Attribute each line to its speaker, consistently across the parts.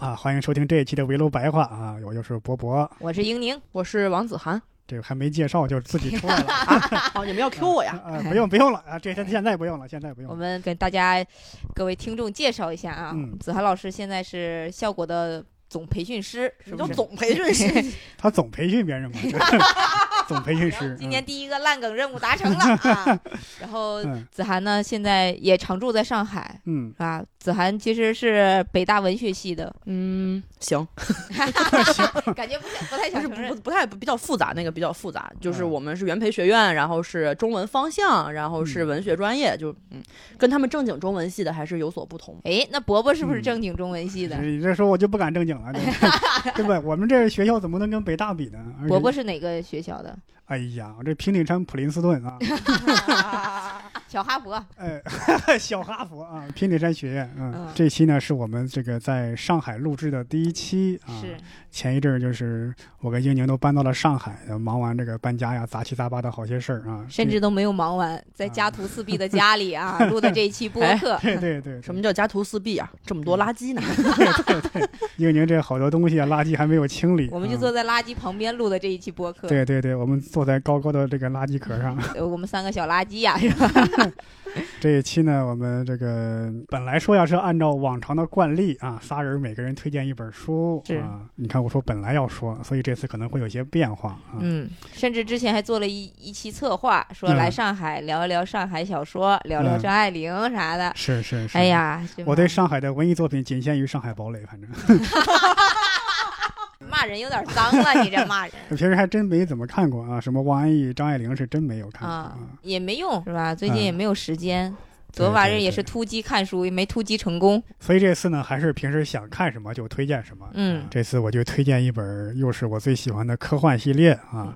Speaker 1: 啊，欢迎收听这一期的围炉白话啊，我就是博博，
Speaker 2: 我是英宁，
Speaker 3: 我是王子涵。
Speaker 1: 这个还没介绍就自己出来 了
Speaker 3: 哦，你们要 Q 我呀？
Speaker 1: 啊，不用不用了啊，这现现在不用了，现在不用
Speaker 2: 我
Speaker 1: 了。
Speaker 2: 们给大家各位听众介绍一下啊，
Speaker 1: 嗯
Speaker 2: 子涵老师现在是效果的总培训师，是
Speaker 3: 你
Speaker 2: 不？
Speaker 3: 就是总培训师，
Speaker 1: 他总培训别人嘛，就是总培训师。
Speaker 2: 今年第一个烂梗任务达成了啊！然后
Speaker 1: 嗯
Speaker 2: 子涵呢，现在也常住在上海
Speaker 1: 嗯，
Speaker 2: 啊。子涵其实是北大文学系的，
Speaker 3: 嗯，行，
Speaker 2: 感觉不太不太
Speaker 3: 就
Speaker 2: 想
Speaker 3: 是
Speaker 2: 承认
Speaker 3: 不。不太比较复杂，那个比较复杂，就是
Speaker 1: 嗯
Speaker 3: 我们是原培学院，然后是中文方向，然后是
Speaker 1: 嗯
Speaker 3: 文学专业，就嗯，跟他们正经中文系的还是有所不同。
Speaker 2: 哎，那伯伯是不是
Speaker 1: 嗯
Speaker 2: 正经中文系的？
Speaker 1: 你这说我就不敢正经了， 对对吧？我们这学校怎么能跟北大比呢？而且
Speaker 2: 伯伯是哪个学校的？
Speaker 1: 哎呀，我这平顶山普林斯顿啊，
Speaker 2: 小哈佛。
Speaker 1: 哎， 小哈佛啊，平顶山学院。嗯，
Speaker 2: 嗯
Speaker 1: 这期呢是我们这个在上海录制的第一期啊。
Speaker 2: 是。
Speaker 1: 前一阵儿就是我跟英宁都搬到了上海，忙完这个搬家呀、杂七杂八的好些事儿啊。
Speaker 2: 甚至都没有忙完，在家徒四壁的家里啊，录的这
Speaker 1: 哎
Speaker 2: 一期播客。
Speaker 1: 对对对，
Speaker 3: 什么叫家徒四壁啊？这么多垃圾呢？
Speaker 1: 英宁这好多东西啊，垃圾还没有清理。
Speaker 2: 我们就
Speaker 1: 嗯
Speaker 2: 坐在垃圾旁边录的这一期播客，
Speaker 1: 对对啊对，我们坐在高高的这个垃圾壳上。
Speaker 2: 呃我们三个小垃圾啊
Speaker 1: 嗯
Speaker 2: 呀、是吧？
Speaker 1: 这一期呢，我们这个本来说要是按照往常的惯例啊，仨人每个人推荐一本书
Speaker 2: 是
Speaker 1: 啊。你看我说本来要说，所以这次可能会有些变化啊。
Speaker 2: 嗯，甚至之前还做了一一期策划，说
Speaker 1: 嗯
Speaker 2: 来上海聊一聊上海小说，聊聊
Speaker 1: 嗯
Speaker 2: 张爱玲啥的。
Speaker 1: 是是是。
Speaker 2: 哎，呀，真
Speaker 1: 我对
Speaker 2: 骂
Speaker 1: 上海的文艺作品仅限于《上海堡垒》，反正
Speaker 2: 骂人有点脏了，你这骂人
Speaker 1: 平时还真没怎么看过啊。什么王安忆、张爱玲是真没有看过
Speaker 2: 啊、也没用是吧？最近也没有时间。
Speaker 1: 对
Speaker 2: 昨晚
Speaker 1: 对
Speaker 2: 上也
Speaker 1: 对
Speaker 2: 是突击看书，也没突击成功。
Speaker 1: 所以这次呢，还是平时想看什么就推荐什么。啊
Speaker 2: 嗯
Speaker 1: 这次我就推荐一本又是我最喜欢的科幻系列
Speaker 2: 嗯
Speaker 1: 啊，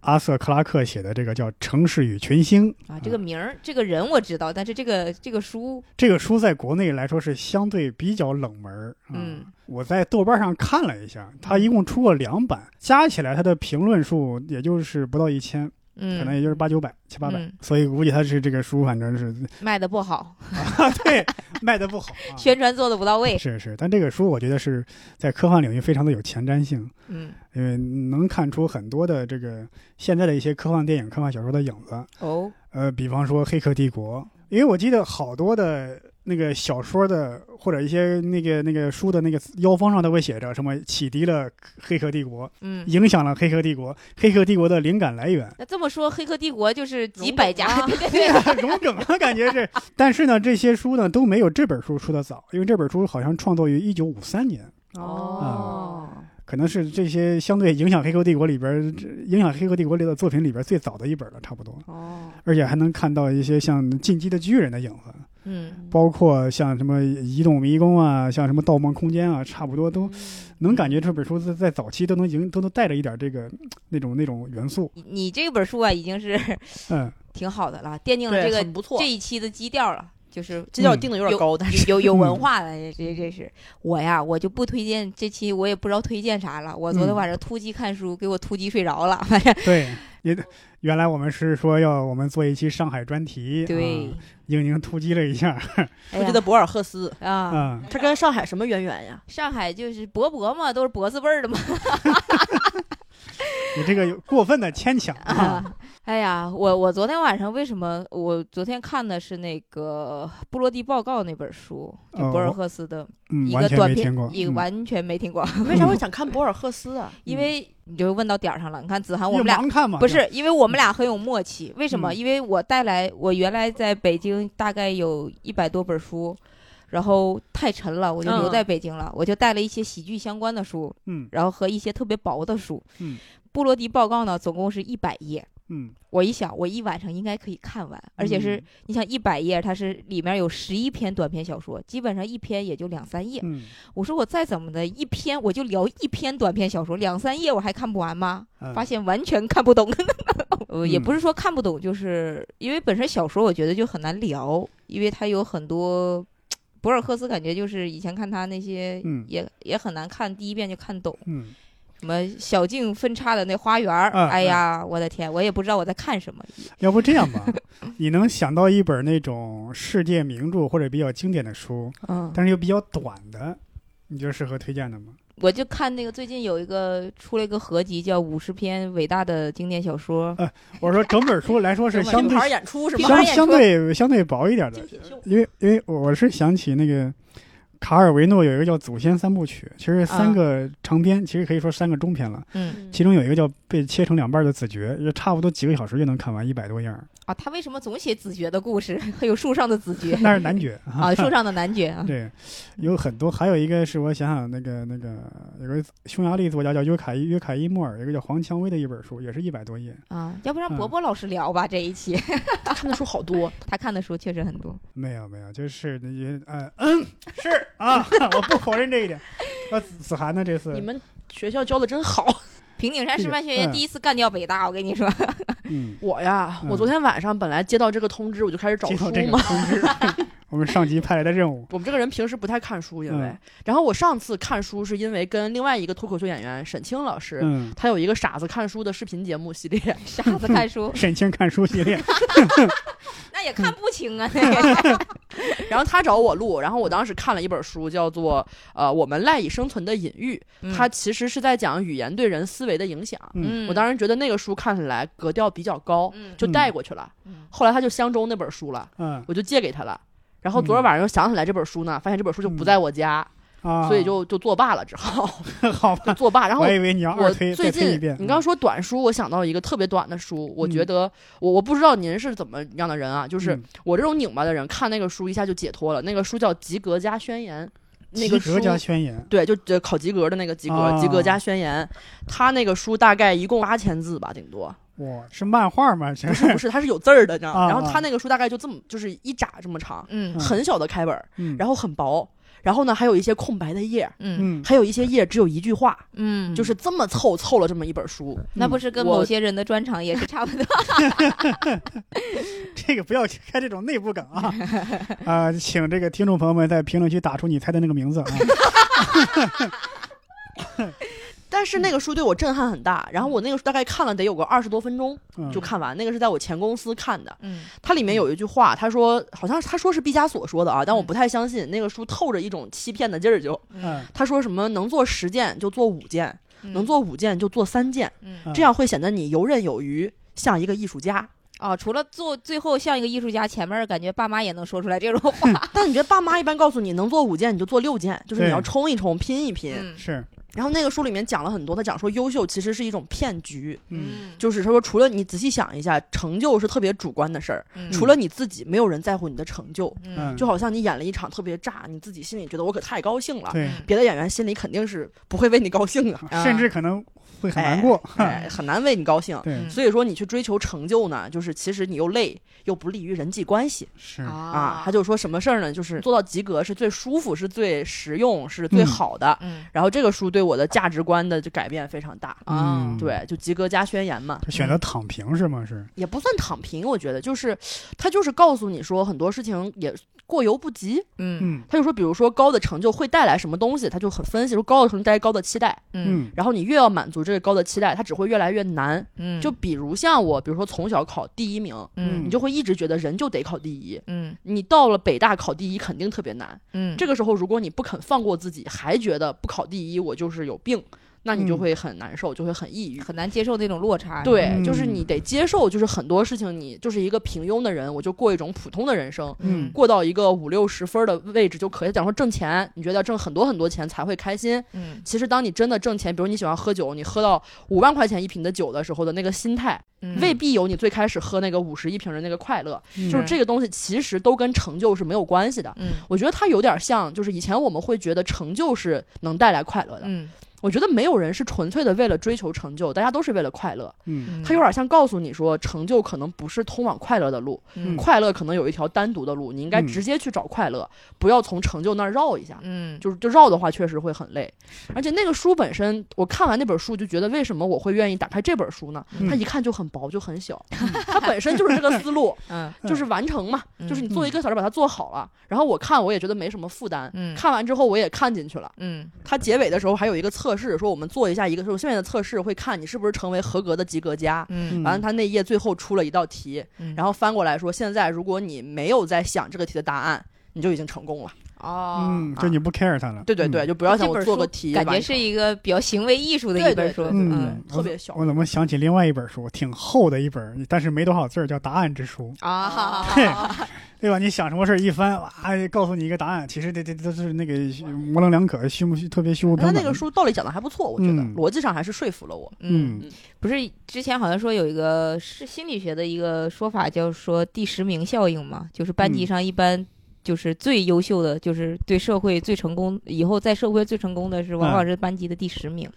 Speaker 1: 阿瑟·克拉克写的这个叫《城市与群星》
Speaker 2: 啊，这个名儿、这个人我知道，但是这个这个书，
Speaker 1: 这个书在国内来说是相对比较冷门儿。啊
Speaker 2: 嗯，
Speaker 1: 我在豆瓣上看了一下，它一共出过两版，加起来它的评论数也就是不到一千，
Speaker 2: 嗯，
Speaker 1: 可能也就是八九百、七八百
Speaker 2: 嗯，
Speaker 1: 所以估计它是这个书，反正是
Speaker 2: 卖的不好，
Speaker 1: 啊对卖的不好、 啊。
Speaker 2: 宣传做的不到位。
Speaker 1: 是是，但这个书我觉得是在科幻领域非常的有前瞻性，
Speaker 2: 嗯，
Speaker 1: 因为能看出很多的这个现在的一些科幻电影、科幻小说的影子。
Speaker 2: 哦，
Speaker 1: 呃，比方说《黑客帝国》，因为我记得好多的那个小说的或者一些那个那个书的那个腰封上都会写着什么启迪了黑客帝国，
Speaker 2: 嗯，
Speaker 1: 影响了黑客帝国，黑客帝国的灵感来源。
Speaker 2: 那这么说，《黑客帝国》就是 几百家，对对
Speaker 1: 对
Speaker 2: 对，
Speaker 1: 啊，融梗啊，感觉是。但是呢，这些书呢都没有这本书出的早，因为这本书好像创作于一九五三年，
Speaker 2: 哦
Speaker 3: 啊，
Speaker 1: 可能是这些相对影响《黑客帝国》里边儿，这影响《黑客帝国》里的作品里边儿最早的一本了，差不多。
Speaker 3: 哦，
Speaker 1: 而且还能看到一些像《进击的巨人》的影子，
Speaker 2: 嗯，
Speaker 1: 包括像什么《移动迷宫》啊，像什么《盗梦空间》啊，差不多都
Speaker 2: 嗯
Speaker 1: 能感觉这本书在在早期都能影都能带着一点这个那种那种元 素。
Speaker 2: 你你这本书啊，已经是
Speaker 1: 嗯，
Speaker 2: 挺好的了，奠定了
Speaker 3: 对，
Speaker 2: 这个
Speaker 3: 很不错
Speaker 2: 这。一期的基调了，就是
Speaker 3: 这叫定的有点高，但 是
Speaker 2: 有有文化的，这这这是我呀，我就不推荐这期，我也不知道推荐啥了。我
Speaker 1: 嗯
Speaker 2: 昨天晚上突击看书，给我突击睡着了，反正
Speaker 1: 对，也原来我们是说要我们做一期上海专题，
Speaker 2: 对
Speaker 1: 啊，英宁突击了一下，
Speaker 2: 哎
Speaker 3: 我
Speaker 2: 呀
Speaker 3: 记得博尔赫斯，
Speaker 2: 啊。
Speaker 1: 啊，
Speaker 3: 他跟上海什么渊源呀？
Speaker 2: 上海就是博博嘛，都是博字辈儿的嘛。
Speaker 1: 你这个有过分的牵强啊，
Speaker 2: 啊， 哎呀，我我昨天晚上为什么我昨天看的是那个《布罗迪报告》那本书，就
Speaker 1: 哦
Speaker 2: 博尔
Speaker 1: 我
Speaker 2: 赫斯的
Speaker 1: 嗯，
Speaker 2: 一
Speaker 1: 完
Speaker 2: 个
Speaker 1: 全
Speaker 2: 短
Speaker 1: 没
Speaker 2: 篇
Speaker 1: 听过，，
Speaker 2: 一个
Speaker 1: 嗯
Speaker 2: 完全没听过，
Speaker 3: 为啥会想看博尔赫斯啊？
Speaker 2: 因为你就问到点儿上了。你看子涵，
Speaker 1: 就
Speaker 2: 我们俩
Speaker 1: 盲看嘛，
Speaker 2: 不
Speaker 1: 对吧，
Speaker 2: 是，因为我们俩很有默契。为什么？
Speaker 1: 嗯
Speaker 2: 因为我带来我原来在北京大概有一百多本书。然后太沉了，我就留
Speaker 3: 嗯
Speaker 2: 在北京了。我就带了一些喜剧相关的书，
Speaker 1: 嗯
Speaker 2: 然后和一些特别薄的书。
Speaker 1: 嗯
Speaker 2: 布罗迪报告呢，总共是一百页，
Speaker 1: 嗯，
Speaker 2: 我一想，我一晚上应该可以看完，而且是、你想一百页，它是里面有十一篇短篇小说，基本上一篇也就两三页。
Speaker 1: 嗯
Speaker 2: 我说我再怎么的，一篇我就聊一篇短篇小说，两三页我还看不完吗？
Speaker 1: 嗯
Speaker 2: 发现完全看 不懂。呃，也
Speaker 1: 嗯
Speaker 2: 不是说看不懂，就是因为本身小说我觉得就很难聊，因为它有很多。博尔赫斯感觉就是以前看他那些
Speaker 1: 嗯
Speaker 2: 也、也很难看，第一遍就看懂。
Speaker 1: 嗯
Speaker 2: 什么小径分叉的那花园儿，
Speaker 1: 嗯
Speaker 2: 哎呀，我的天，我也不知道我在看什么。
Speaker 1: 要不这样吧，你能想到一本那种世界名著或者比较经典的
Speaker 3: 哦
Speaker 1: 书，
Speaker 2: 嗯，
Speaker 1: 但是又比较短的，你觉得适合推荐的吗？
Speaker 2: 我就看那个最近有一个出了一个合集，叫《五十篇伟大的经典小说》。
Speaker 1: 我说整本书来说是相
Speaker 3: 品
Speaker 1: 对
Speaker 3: 牌演出是
Speaker 2: 品
Speaker 3: 吗？
Speaker 1: 相
Speaker 2: 牌演
Speaker 1: 相
Speaker 2: 出
Speaker 1: 对相对薄一点的
Speaker 3: 精，品秀，
Speaker 1: 因为因为我是想起那个卡尔维诺有一个叫《祖先三部曲》，其实三
Speaker 2: 啊
Speaker 1: 个长篇，其实可以说三个中篇了。
Speaker 2: 嗯
Speaker 1: 其中有一个叫被切成两半的子爵，也差不多几个小时就能看完一百多页儿，
Speaker 2: 啊，他为什么总写子爵的故事？ 还有树上的子爵
Speaker 1: 那是男爵
Speaker 2: 啊，树上的男爵啊。
Speaker 1: 对，有很多，还有一个是我想想那个那个有个匈牙利作家叫约卡伊约卡伊莫尔，有一个叫黄蔷薇的一本书，也是一百多页。
Speaker 2: 啊，要不让
Speaker 1: 嗯
Speaker 2: 伯伯老师聊吧、这一期，
Speaker 3: 看的书好多，
Speaker 2: 他看的书确实很多。
Speaker 1: 没有没有，就是那些呃嗯 是啊， 我不否认这一点。那子子涵呢？这次
Speaker 3: 你们学校教的真好。
Speaker 2: 平顶山师范学
Speaker 1: 这
Speaker 2: 院
Speaker 1: 个嗯
Speaker 2: 第一次干掉北大，我跟你说，
Speaker 1: 嗯，
Speaker 3: 我呀，
Speaker 1: 嗯
Speaker 3: 我昨天晚上本来接到这个通知，我就开始找
Speaker 1: 接
Speaker 3: 书
Speaker 1: 到这个
Speaker 3: 嘛。
Speaker 1: 通知， 我们上级派来的任 务。
Speaker 3: 我们这个人平时不太看书，因为、
Speaker 1: 嗯
Speaker 3: 然后我上次看书是因为跟另外一个脱口秀演员沈清老师，
Speaker 1: 嗯，
Speaker 3: 他有一个傻子看书的视频节目系列，
Speaker 2: 傻子看
Speaker 3: 嗯
Speaker 2: 书
Speaker 1: 沈清看书 系列，
Speaker 2: 那也看不清
Speaker 3: 嗯
Speaker 2: 啊。那个
Speaker 3: 然后他找我录，然后我当时看了一本书，叫做呃《我们赖以生存的隐喻》，它其实是在讲语言对人思维的影响。
Speaker 2: 嗯，
Speaker 3: 我当时觉得那个书看起来格调比较高，
Speaker 2: 嗯
Speaker 3: 就带过去了。
Speaker 2: 嗯
Speaker 3: 后来他就相中那本书了，
Speaker 1: 嗯
Speaker 3: 我就借给他了。然后昨天晚上又想起来这本书呢，发现这本书就
Speaker 1: 嗯
Speaker 3: 不在我家，
Speaker 1: 啊，
Speaker 3: 所以就就作罢了，只好
Speaker 1: 好吧。
Speaker 3: 就作罢。然后
Speaker 1: 我还以为你要
Speaker 3: 我
Speaker 1: 二推，
Speaker 3: 最
Speaker 1: 再推
Speaker 3: 近
Speaker 1: 一遍。
Speaker 3: 你刚说短书，我想到一个特别短的书，我觉
Speaker 1: 嗯
Speaker 3: 得我我不知道您是怎么样的人啊，就是
Speaker 1: 嗯
Speaker 3: 我这种拧巴的人看那个书一下就解脱了。那个书叫《及格加宣言》，那个
Speaker 1: 及
Speaker 3: 书
Speaker 1: 格加宣言，
Speaker 3: 对，就就考及格的那个及格，
Speaker 1: 啊
Speaker 3: 及格加宣言，他那个书大概一共八千字吧，顶多
Speaker 1: 哇，是漫画吗？这
Speaker 3: 不是不是，它是有字儿的，你知道 吗？
Speaker 1: 啊
Speaker 3: 然后
Speaker 1: 啊
Speaker 3: 他那个书大概就这么就是一拃这么长，
Speaker 2: 嗯
Speaker 3: 很小的开本儿，
Speaker 1: 嗯，
Speaker 3: 然后很薄，然后呢还有一些空白的页儿，
Speaker 2: 嗯
Speaker 1: 嗯，
Speaker 3: 还有一些页只有一句话，
Speaker 2: 嗯，
Speaker 3: 就是这么凑凑了这么一本书。
Speaker 2: 那不是跟
Speaker 3: 我
Speaker 2: 某些人的专场也是差不多。
Speaker 1: 这个不要开这种内部梗啊！啊、请这个听众朋友们在评论区打出你猜的那个名字啊。
Speaker 3: 但是那
Speaker 2: 嗯
Speaker 3: 个书对我震撼很大，然后我那个书大概看了得有个二十多分钟
Speaker 1: 嗯、
Speaker 3: 就看完，那个是在我前公司看的。
Speaker 2: 嗯
Speaker 3: 它里面有一句话，他说好像他说是毕加索说的啊，但我
Speaker 2: 嗯
Speaker 3: 不太相信，那个书透着一种欺骗的劲儿就。
Speaker 1: 嗯，
Speaker 3: 他说什么能做十件就做五件，能做五件就做三件，
Speaker 2: 嗯
Speaker 1: 嗯
Speaker 3: 这样会显得你游刃有余，像一个艺术 家。
Speaker 2: 哦，除了做最后像一个艺术家，前面儿感觉爸妈也能说出来这种话。
Speaker 3: 但你觉得爸妈一般告诉你能做五件你就做六件，就是你
Speaker 1: 对
Speaker 3: 要冲一冲、拼一拼。
Speaker 2: 嗯
Speaker 1: 是，
Speaker 3: 然后那个书里面讲了很多，他讲说优秀其实是一种骗局，
Speaker 1: 嗯，
Speaker 3: 就是他说除了你仔细想一下，成就是特别主观的事儿，
Speaker 2: 嗯
Speaker 3: 除了你自己，没有人在乎你的成就。
Speaker 1: 嗯
Speaker 3: 就好像你演了一场特别炸，你自己心里觉得我可太高兴了，
Speaker 1: 对，
Speaker 2: 嗯
Speaker 3: 别的演员心里肯定是不会为你高兴的，
Speaker 2: 啊
Speaker 1: 甚至可能会很难过。
Speaker 3: 嗯哎，很难为你高兴。
Speaker 1: 啊对
Speaker 2: 嗯，
Speaker 3: 所以说你去追求成就呢，就是其实你又累，又不利于人际关系
Speaker 1: 是，
Speaker 3: 啊。
Speaker 2: 啊
Speaker 3: 他就说什么事儿呢？就是做到及格是最舒服，是最实用，是最
Speaker 1: 嗯
Speaker 3: 好的。
Speaker 2: 嗯
Speaker 3: 然后这个书对我的价值观的就改变非常大。
Speaker 2: 啊
Speaker 1: 嗯
Speaker 3: 对，就及格加宣言嘛，
Speaker 1: 选择躺平是吗？是，
Speaker 3: 也不算躺平，我觉得就是，他就是告诉你说很多事情也过犹不及。
Speaker 2: 嗯
Speaker 1: 嗯
Speaker 3: 他就说，比如说高的成就会带来什么东西，他就很分析说高的成就带来高的期待，
Speaker 2: 嗯
Speaker 1: 嗯
Speaker 3: 然后你越要满足这个高的期待，它只会越来越难。
Speaker 2: 嗯
Speaker 3: 就比如像我，比如说从小考第一名，
Speaker 2: 嗯
Speaker 3: 你就会一直觉得人就得考第一。
Speaker 2: 嗯
Speaker 3: 你到了北大考第一肯定特别难，
Speaker 2: 嗯
Speaker 3: 这个时候如果你不肯放过自己，还觉得不考第一我就是有病，那你就
Speaker 1: 嗯
Speaker 3: 会很难受，就会很抑郁。
Speaker 2: 很难接受那种落差。
Speaker 3: 对，
Speaker 1: 嗯
Speaker 3: 就是你得接受，就是很多事情你就是一个平庸的人，我就过一种普通的人生，
Speaker 1: 嗯
Speaker 3: 过到一个五六十分的位置就可以。假如说挣钱，你觉得要挣很多很多钱才会开心，
Speaker 2: 嗯
Speaker 3: 其实当你真的挣钱，比如你喜欢喝酒，你喝到五万块钱一瓶的酒的时候的那个心态，
Speaker 2: 嗯
Speaker 3: 未必有你最开始喝那个五十一瓶的那个快乐。
Speaker 1: 嗯
Speaker 3: 就是这个东西其实都跟成就是没有关系的。
Speaker 2: 嗯
Speaker 3: 我觉得它有点像，就是以前我们会觉得成就是能带来快乐的，
Speaker 2: 嗯
Speaker 3: 我觉得没有人是纯粹的为了追求成就，大家都是为了快乐。
Speaker 1: 嗯
Speaker 3: 它有点像告诉你说，成就可能不是通往快乐的路，
Speaker 2: 嗯
Speaker 3: 快乐可能有一条单独的路，你应该
Speaker 1: 嗯
Speaker 3: 直接去找快乐，不要从成就那儿绕一下。
Speaker 2: 嗯
Speaker 3: 就是就绕的话，确实会很累。而且那个书本身，我看完那本书就觉得，为什么我会愿意打开这本书呢？
Speaker 1: 嗯
Speaker 3: 它一看就很薄，就很小， 它本身就是这个思路，
Speaker 2: 嗯
Speaker 3: 就是完成嘛，
Speaker 2: 嗯
Speaker 3: 就是你做一个小时把它做好了。然后我看我也觉得没什么负担，
Speaker 2: 嗯
Speaker 3: 看完之后我也看进去了。
Speaker 2: 嗯
Speaker 3: 它结尾的时候还有一个测试，说我们做一下一个，说下面的测试会看你是不是成为合格的及格家。
Speaker 2: 嗯
Speaker 3: 完了，他那页最后出了一道题，
Speaker 2: 嗯
Speaker 3: 然后翻过来说，现在如果你没有在想这个题的答案，你就已经成功了。
Speaker 2: 哦，
Speaker 1: 嗯，
Speaker 2: 啊
Speaker 1: 就你不 care 它了。嗯
Speaker 3: 对对对，就不要想
Speaker 2: 这
Speaker 3: 我
Speaker 2: 本
Speaker 3: 做
Speaker 2: 书
Speaker 3: 个题完
Speaker 2: 感
Speaker 3: 成，
Speaker 2: 觉是一个比较行为艺术的
Speaker 3: 对
Speaker 2: 一本
Speaker 3: 对
Speaker 2: 书，
Speaker 3: 对
Speaker 1: 嗯，
Speaker 2: 嗯
Speaker 1: 嗯，
Speaker 3: 呃特别小
Speaker 1: 我怎么想起另外一本书，挺厚的一本，但是没多少字儿，叫《答案之书
Speaker 2: 啊好好好
Speaker 1: 对
Speaker 2: 好好》，
Speaker 1: 对吧？你想什么事儿一翻，哇，告诉你一个答案，其实这这这都是那个模棱两可、虚不虚特别虚无缥
Speaker 3: 他
Speaker 1: 缈。
Speaker 3: 那个书道理讲的还不错，我觉得
Speaker 1: 嗯
Speaker 3: 逻辑上还是说服了我。
Speaker 2: 嗯，
Speaker 1: 嗯，
Speaker 2: 不是之前好像说有一个是心理学的一个说法，叫说第十名效应嘛，就是班级
Speaker 1: 嗯
Speaker 2: 上一般。就是最优秀的，就是对社会最成功，以后在社会最成功的是，往往嗯是班级的第十名，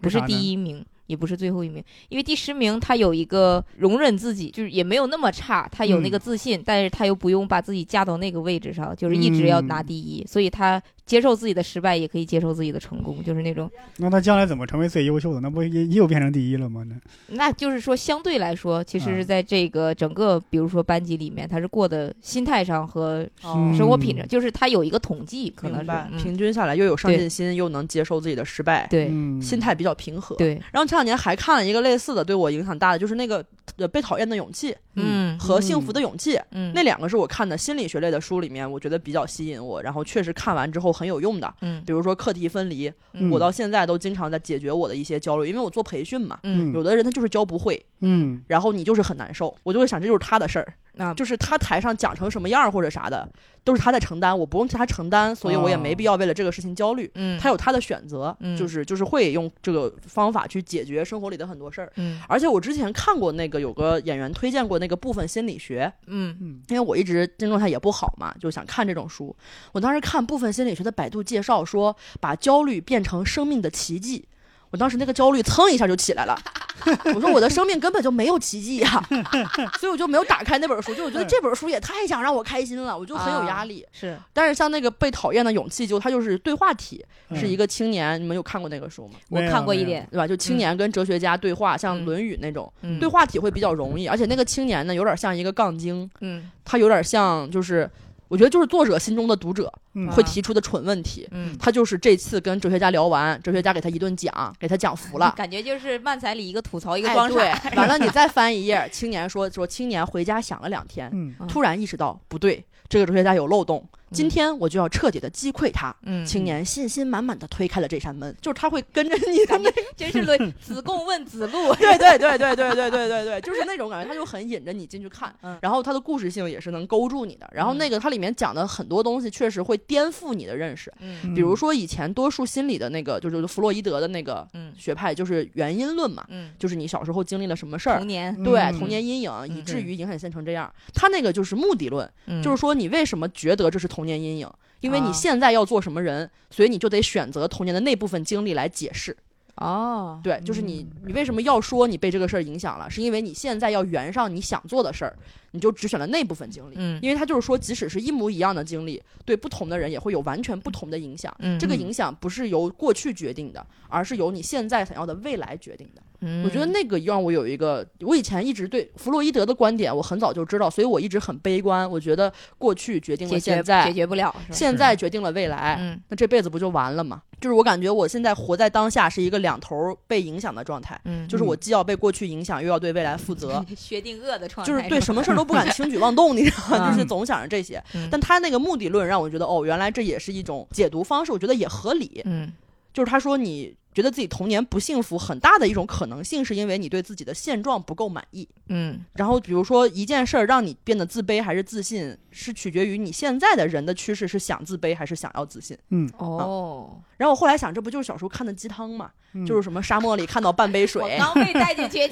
Speaker 2: 不是
Speaker 1: 为啥呢
Speaker 2: 第一名，也不是最后一名，因为第十名他有一个容忍自己，就是也没有那么差，他有那
Speaker 1: 嗯
Speaker 2: 个自信，但是他又不用把自己架到那个位置上，就是一直要拿
Speaker 1: 嗯
Speaker 2: 第一，所以他接受自己的失败，也可以接受自己的成功，就是那种，
Speaker 1: 那他将来怎么成为最优秀的？那不也又变成第一了吗？那
Speaker 2: 那就是说相对来说，其实
Speaker 1: 啊
Speaker 3: 嗯
Speaker 2: 是在这个整个，比如说班级里面，他是过的心态上和
Speaker 1: 哦
Speaker 3: 嗯
Speaker 2: 生活品质，就是他有一个统计，可能
Speaker 3: 明
Speaker 2: 是
Speaker 3: 白，
Speaker 2: 嗯
Speaker 3: 平均下来又有上
Speaker 2: 对
Speaker 3: 进心，又能接受自己的失败，
Speaker 2: 对
Speaker 1: 嗯，
Speaker 3: 心态比较平和。。
Speaker 2: 对，
Speaker 3: 然后前两年还看了一个类似的，对我影响大的，就是那个呃《被讨厌的勇气》
Speaker 2: 嗯
Speaker 3: 和《幸福的勇气》，
Speaker 2: 嗯，
Speaker 3: 那两个是我看的心理学类的书里面，我觉得比较吸引我，然后确实看完之后很有用的。
Speaker 2: 嗯
Speaker 3: 比如说课题分离，
Speaker 2: 嗯
Speaker 3: 我到现在都经常在解决我的一些焦虑，因为我做培训嘛，
Speaker 2: 嗯
Speaker 3: 有的人他就是教不会，
Speaker 1: 嗯
Speaker 3: 然后你就是很难受，我就会想这就是他的事儿，
Speaker 2: 啊
Speaker 3: 就是他台上讲成什么样儿或者啥的，都是他在承担，我不用替他承担，所以我也
Speaker 1: 哦
Speaker 3: 没必要为了这个事情焦虑。
Speaker 2: 嗯
Speaker 3: 他有他的选择，
Speaker 2: 嗯
Speaker 3: 就是就是会用这个方法去解决生活里的很多事儿。
Speaker 2: 嗯
Speaker 3: 而且我之前看过那个有个演员推荐过那个部分心理学，
Speaker 2: 嗯
Speaker 1: 嗯
Speaker 3: 因为我一直精神状态也不好嘛，就想看这种书。我当时看部分心理学的百度介绍说，把焦虑变成生命的奇迹。我当时那个焦虑蹭一下就起来了， 我说我的生命根本就没有奇迹呀、 所以我就没有打开那本书。就我觉得这本书也太想让我开心了，我就很有压力。
Speaker 2: 是
Speaker 3: 但是像那个被讨厌的勇气，就它就是对话体，
Speaker 1: 嗯
Speaker 3: 是一个青年。你们有看过那个书吗？
Speaker 2: 我
Speaker 1: 没有
Speaker 2: 看过
Speaker 1: 没
Speaker 2: 一
Speaker 1: 有
Speaker 2: 点，
Speaker 3: 对吧？就青年跟哲学家对话，像《
Speaker 2: 嗯
Speaker 3: 论语》那种、
Speaker 2: 嗯
Speaker 3: 对话体会比较容易，而且那个青年呢，有点像一个杠精，
Speaker 2: 嗯
Speaker 3: 他有点像就是，我觉得就是作者心中的读者
Speaker 1: 嗯
Speaker 3: 会提出的蠢问题。
Speaker 2: 嗯，
Speaker 3: 他就是这次跟哲学家聊完，哲学家给他一顿讲，给他讲服了。
Speaker 2: 感觉就是漫才里一个吐槽一
Speaker 3: 一
Speaker 2: 个装傻，
Speaker 3: 嗯哎对，完了你再翻一页，青年说说青年回家想了两天，
Speaker 1: 嗯
Speaker 2: 嗯
Speaker 3: 突然意识到不对，这个哲学家有漏洞，今
Speaker 2: 嗯
Speaker 3: 天我就要彻底的击溃他。
Speaker 2: 嗯，
Speaker 3: 青年信心满满的推开了这扇门，就是他会跟着你的
Speaker 2: 感觉真 是论子贡问子路，
Speaker 3: 对对对对对对对对对，就是那种感觉，他就很引着你进去看
Speaker 2: 嗯，
Speaker 3: 然后它的故事性也是能勾住你的。然后那个它里面讲的很多东西，确实会颠覆你的认识。
Speaker 2: 嗯
Speaker 3: 比如说以前多数心理的那个，就是弗洛伊德的那个
Speaker 2: 嗯
Speaker 3: 学派，就是原因论嘛，
Speaker 2: 嗯，
Speaker 3: 就是你小时候经历了什么事儿
Speaker 2: 童。年，
Speaker 3: 对
Speaker 1: 嗯
Speaker 3: 童年阴影，以
Speaker 2: 嗯
Speaker 3: 至于影响你现在成这样。他那个就是目的论，就是说你为什么觉得这是童年阴影，因为
Speaker 2: 啊
Speaker 3: 你现在要做什么人，所以你就得选择童年的那部分经历来解释。
Speaker 2: 哦，
Speaker 3: 对，就是你，你为什么要说你被这个事儿影响了？是因为你现在要圆上你想做的事儿，你就只选了那部分经历。
Speaker 2: 嗯
Speaker 3: 因为他就是说，即使是一模一样的经历，对不同的人也会有完全不同的影响。
Speaker 2: 嗯
Speaker 3: 这个影响不是由过去决定的，而是由你现在想要的未来决定的。
Speaker 2: 嗯
Speaker 3: 我觉得那个让我有一个，我以前一直对弗洛伊德的观点，我很早就知道，所以我一直很悲观。我觉得过去决定了
Speaker 2: 解决
Speaker 3: 现在
Speaker 2: 解，决不了，是吧？
Speaker 3: 现在决定了未来。
Speaker 2: 嗯
Speaker 3: 那这辈子不就完了吗？就是我感觉我现在活在当下是一个两头儿被影响的状态，
Speaker 2: 嗯，
Speaker 3: 就是我既要被过去影响，又要对未来负责，
Speaker 2: 薛定谔的创
Speaker 3: 就是
Speaker 2: 态
Speaker 3: 对
Speaker 2: 吧
Speaker 3: 什么事儿都不敢轻举妄动，你知道吗？
Speaker 2: 嗯
Speaker 3: 就是总想着这些
Speaker 2: 嗯。
Speaker 3: 但他那个目的论让我觉得，哦，原来这也是一种解读方式，我觉得也合理。
Speaker 2: 嗯
Speaker 3: 就是他说你。觉得自己童年不幸福，很大的一种可能性是因为你对自己的现状不够满意。
Speaker 2: 嗯
Speaker 3: 然后，比如说一件事儿让你变得自卑还是自信，是取决于你现在的人的趋势是想自卑还是想要自信。
Speaker 1: 嗯，
Speaker 2: 哦，
Speaker 3: 然后我后来想，这不就是小时候看的鸡汤嘛？
Speaker 1: 嗯
Speaker 3: 就是什么沙漠里看到半杯
Speaker 2: 我
Speaker 3: 水，
Speaker 2: 刚被带进 去，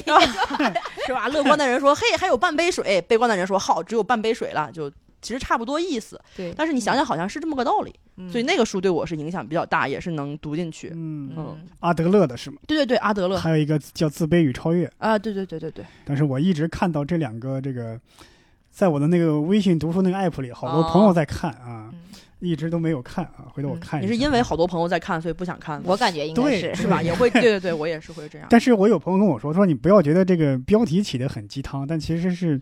Speaker 3: 是吧？乐观的人说：“嘿，还有半杯水。”悲观的人说：“好，只有半杯水了。”就其实差不多意思，
Speaker 2: 对，
Speaker 3: 但是你想想好像是这么个道理，
Speaker 2: 嗯
Speaker 3: 所以那个书对我是影响比较大，也是能读进去。
Speaker 1: 嗯，
Speaker 2: 嗯
Speaker 1: 阿德勒的是吗？
Speaker 3: 对对对，阿德勒
Speaker 1: 还有一个叫《自卑与超越》，
Speaker 3: 啊，对对对对对，
Speaker 1: 但是我一直看到这两个这个，在我的那个微信读书那个 app 里，好多
Speaker 2: 哦
Speaker 1: 朋友在看啊，
Speaker 2: 嗯
Speaker 1: 一直都没有看啊，回头我
Speaker 2: 嗯
Speaker 1: 看一
Speaker 3: 你
Speaker 1: 下。
Speaker 3: 是因为好多朋友在看，所以不想看吗，
Speaker 2: 我感觉应该
Speaker 1: 对
Speaker 2: 是
Speaker 3: 是吧？也 会对对对，我也是会这样。
Speaker 1: 但是我有朋友跟我说，说你不要觉得这个标题起得很鸡汤，但其实是，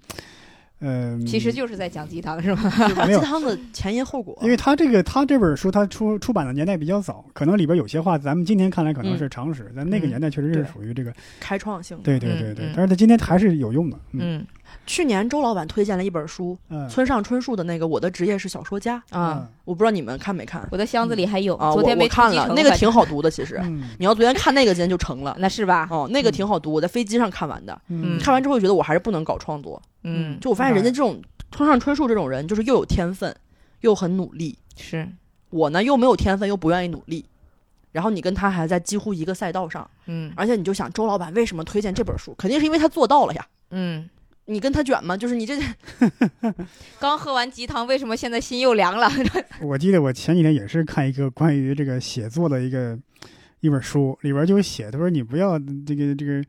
Speaker 1: 嗯、
Speaker 2: 其实就是在讲鸡汤是吗？
Speaker 1: 没
Speaker 3: 鸡
Speaker 1: 有
Speaker 3: 汤的前因后果，
Speaker 1: 因为他这个他这本书他出出版的年代比较早，可能里边有些话咱们今天看来可能是常识，咱那个年代确实是
Speaker 3: 对
Speaker 1: 属于这个，
Speaker 3: 开创性的。
Speaker 1: 对对对对，
Speaker 2: 嗯嗯嗯
Speaker 1: 但是他今天还是有用的，嗯
Speaker 2: 嗯
Speaker 3: 去年周老板推荐了一本书，
Speaker 1: 嗯
Speaker 3: 村上春树的那个《我的职业是小说家》，
Speaker 2: 啊，
Speaker 3: 我不知道你们看没看
Speaker 2: 我的箱子里还有，
Speaker 3: 嗯啊？我
Speaker 2: 哦昨天
Speaker 3: 我
Speaker 2: 没
Speaker 3: 看
Speaker 2: 出机
Speaker 3: 了，
Speaker 2: 成
Speaker 3: 那个
Speaker 2: 反
Speaker 3: 挺好读的，其实
Speaker 1: 嗯
Speaker 3: 你要昨天看那个，今天就 成了。
Speaker 2: 那是吧？
Speaker 3: 哦，那个挺好读，我在飞机上看完的。
Speaker 1: 嗯
Speaker 3: 看完之后觉得我还是不能搞创作，
Speaker 2: 嗯，
Speaker 3: 就我发现人家这种村上春树这种人，就是又有天分，又很努力。
Speaker 2: 是，
Speaker 3: 我呢又没有天分，又不愿意努力，然后你跟他还在几乎一个赛道上，
Speaker 2: 嗯
Speaker 3: 而且你就想周老板为什么推荐这本书，肯定是因为他做到了呀。
Speaker 2: 嗯。
Speaker 3: 你跟他卷吗？就是你这
Speaker 2: 刚喝完鸡汤，为什么现在心又凉了？
Speaker 1: 我记得我前几天也是看一个关于这个写作的一个一本书，里边就写，他说你不要这个这个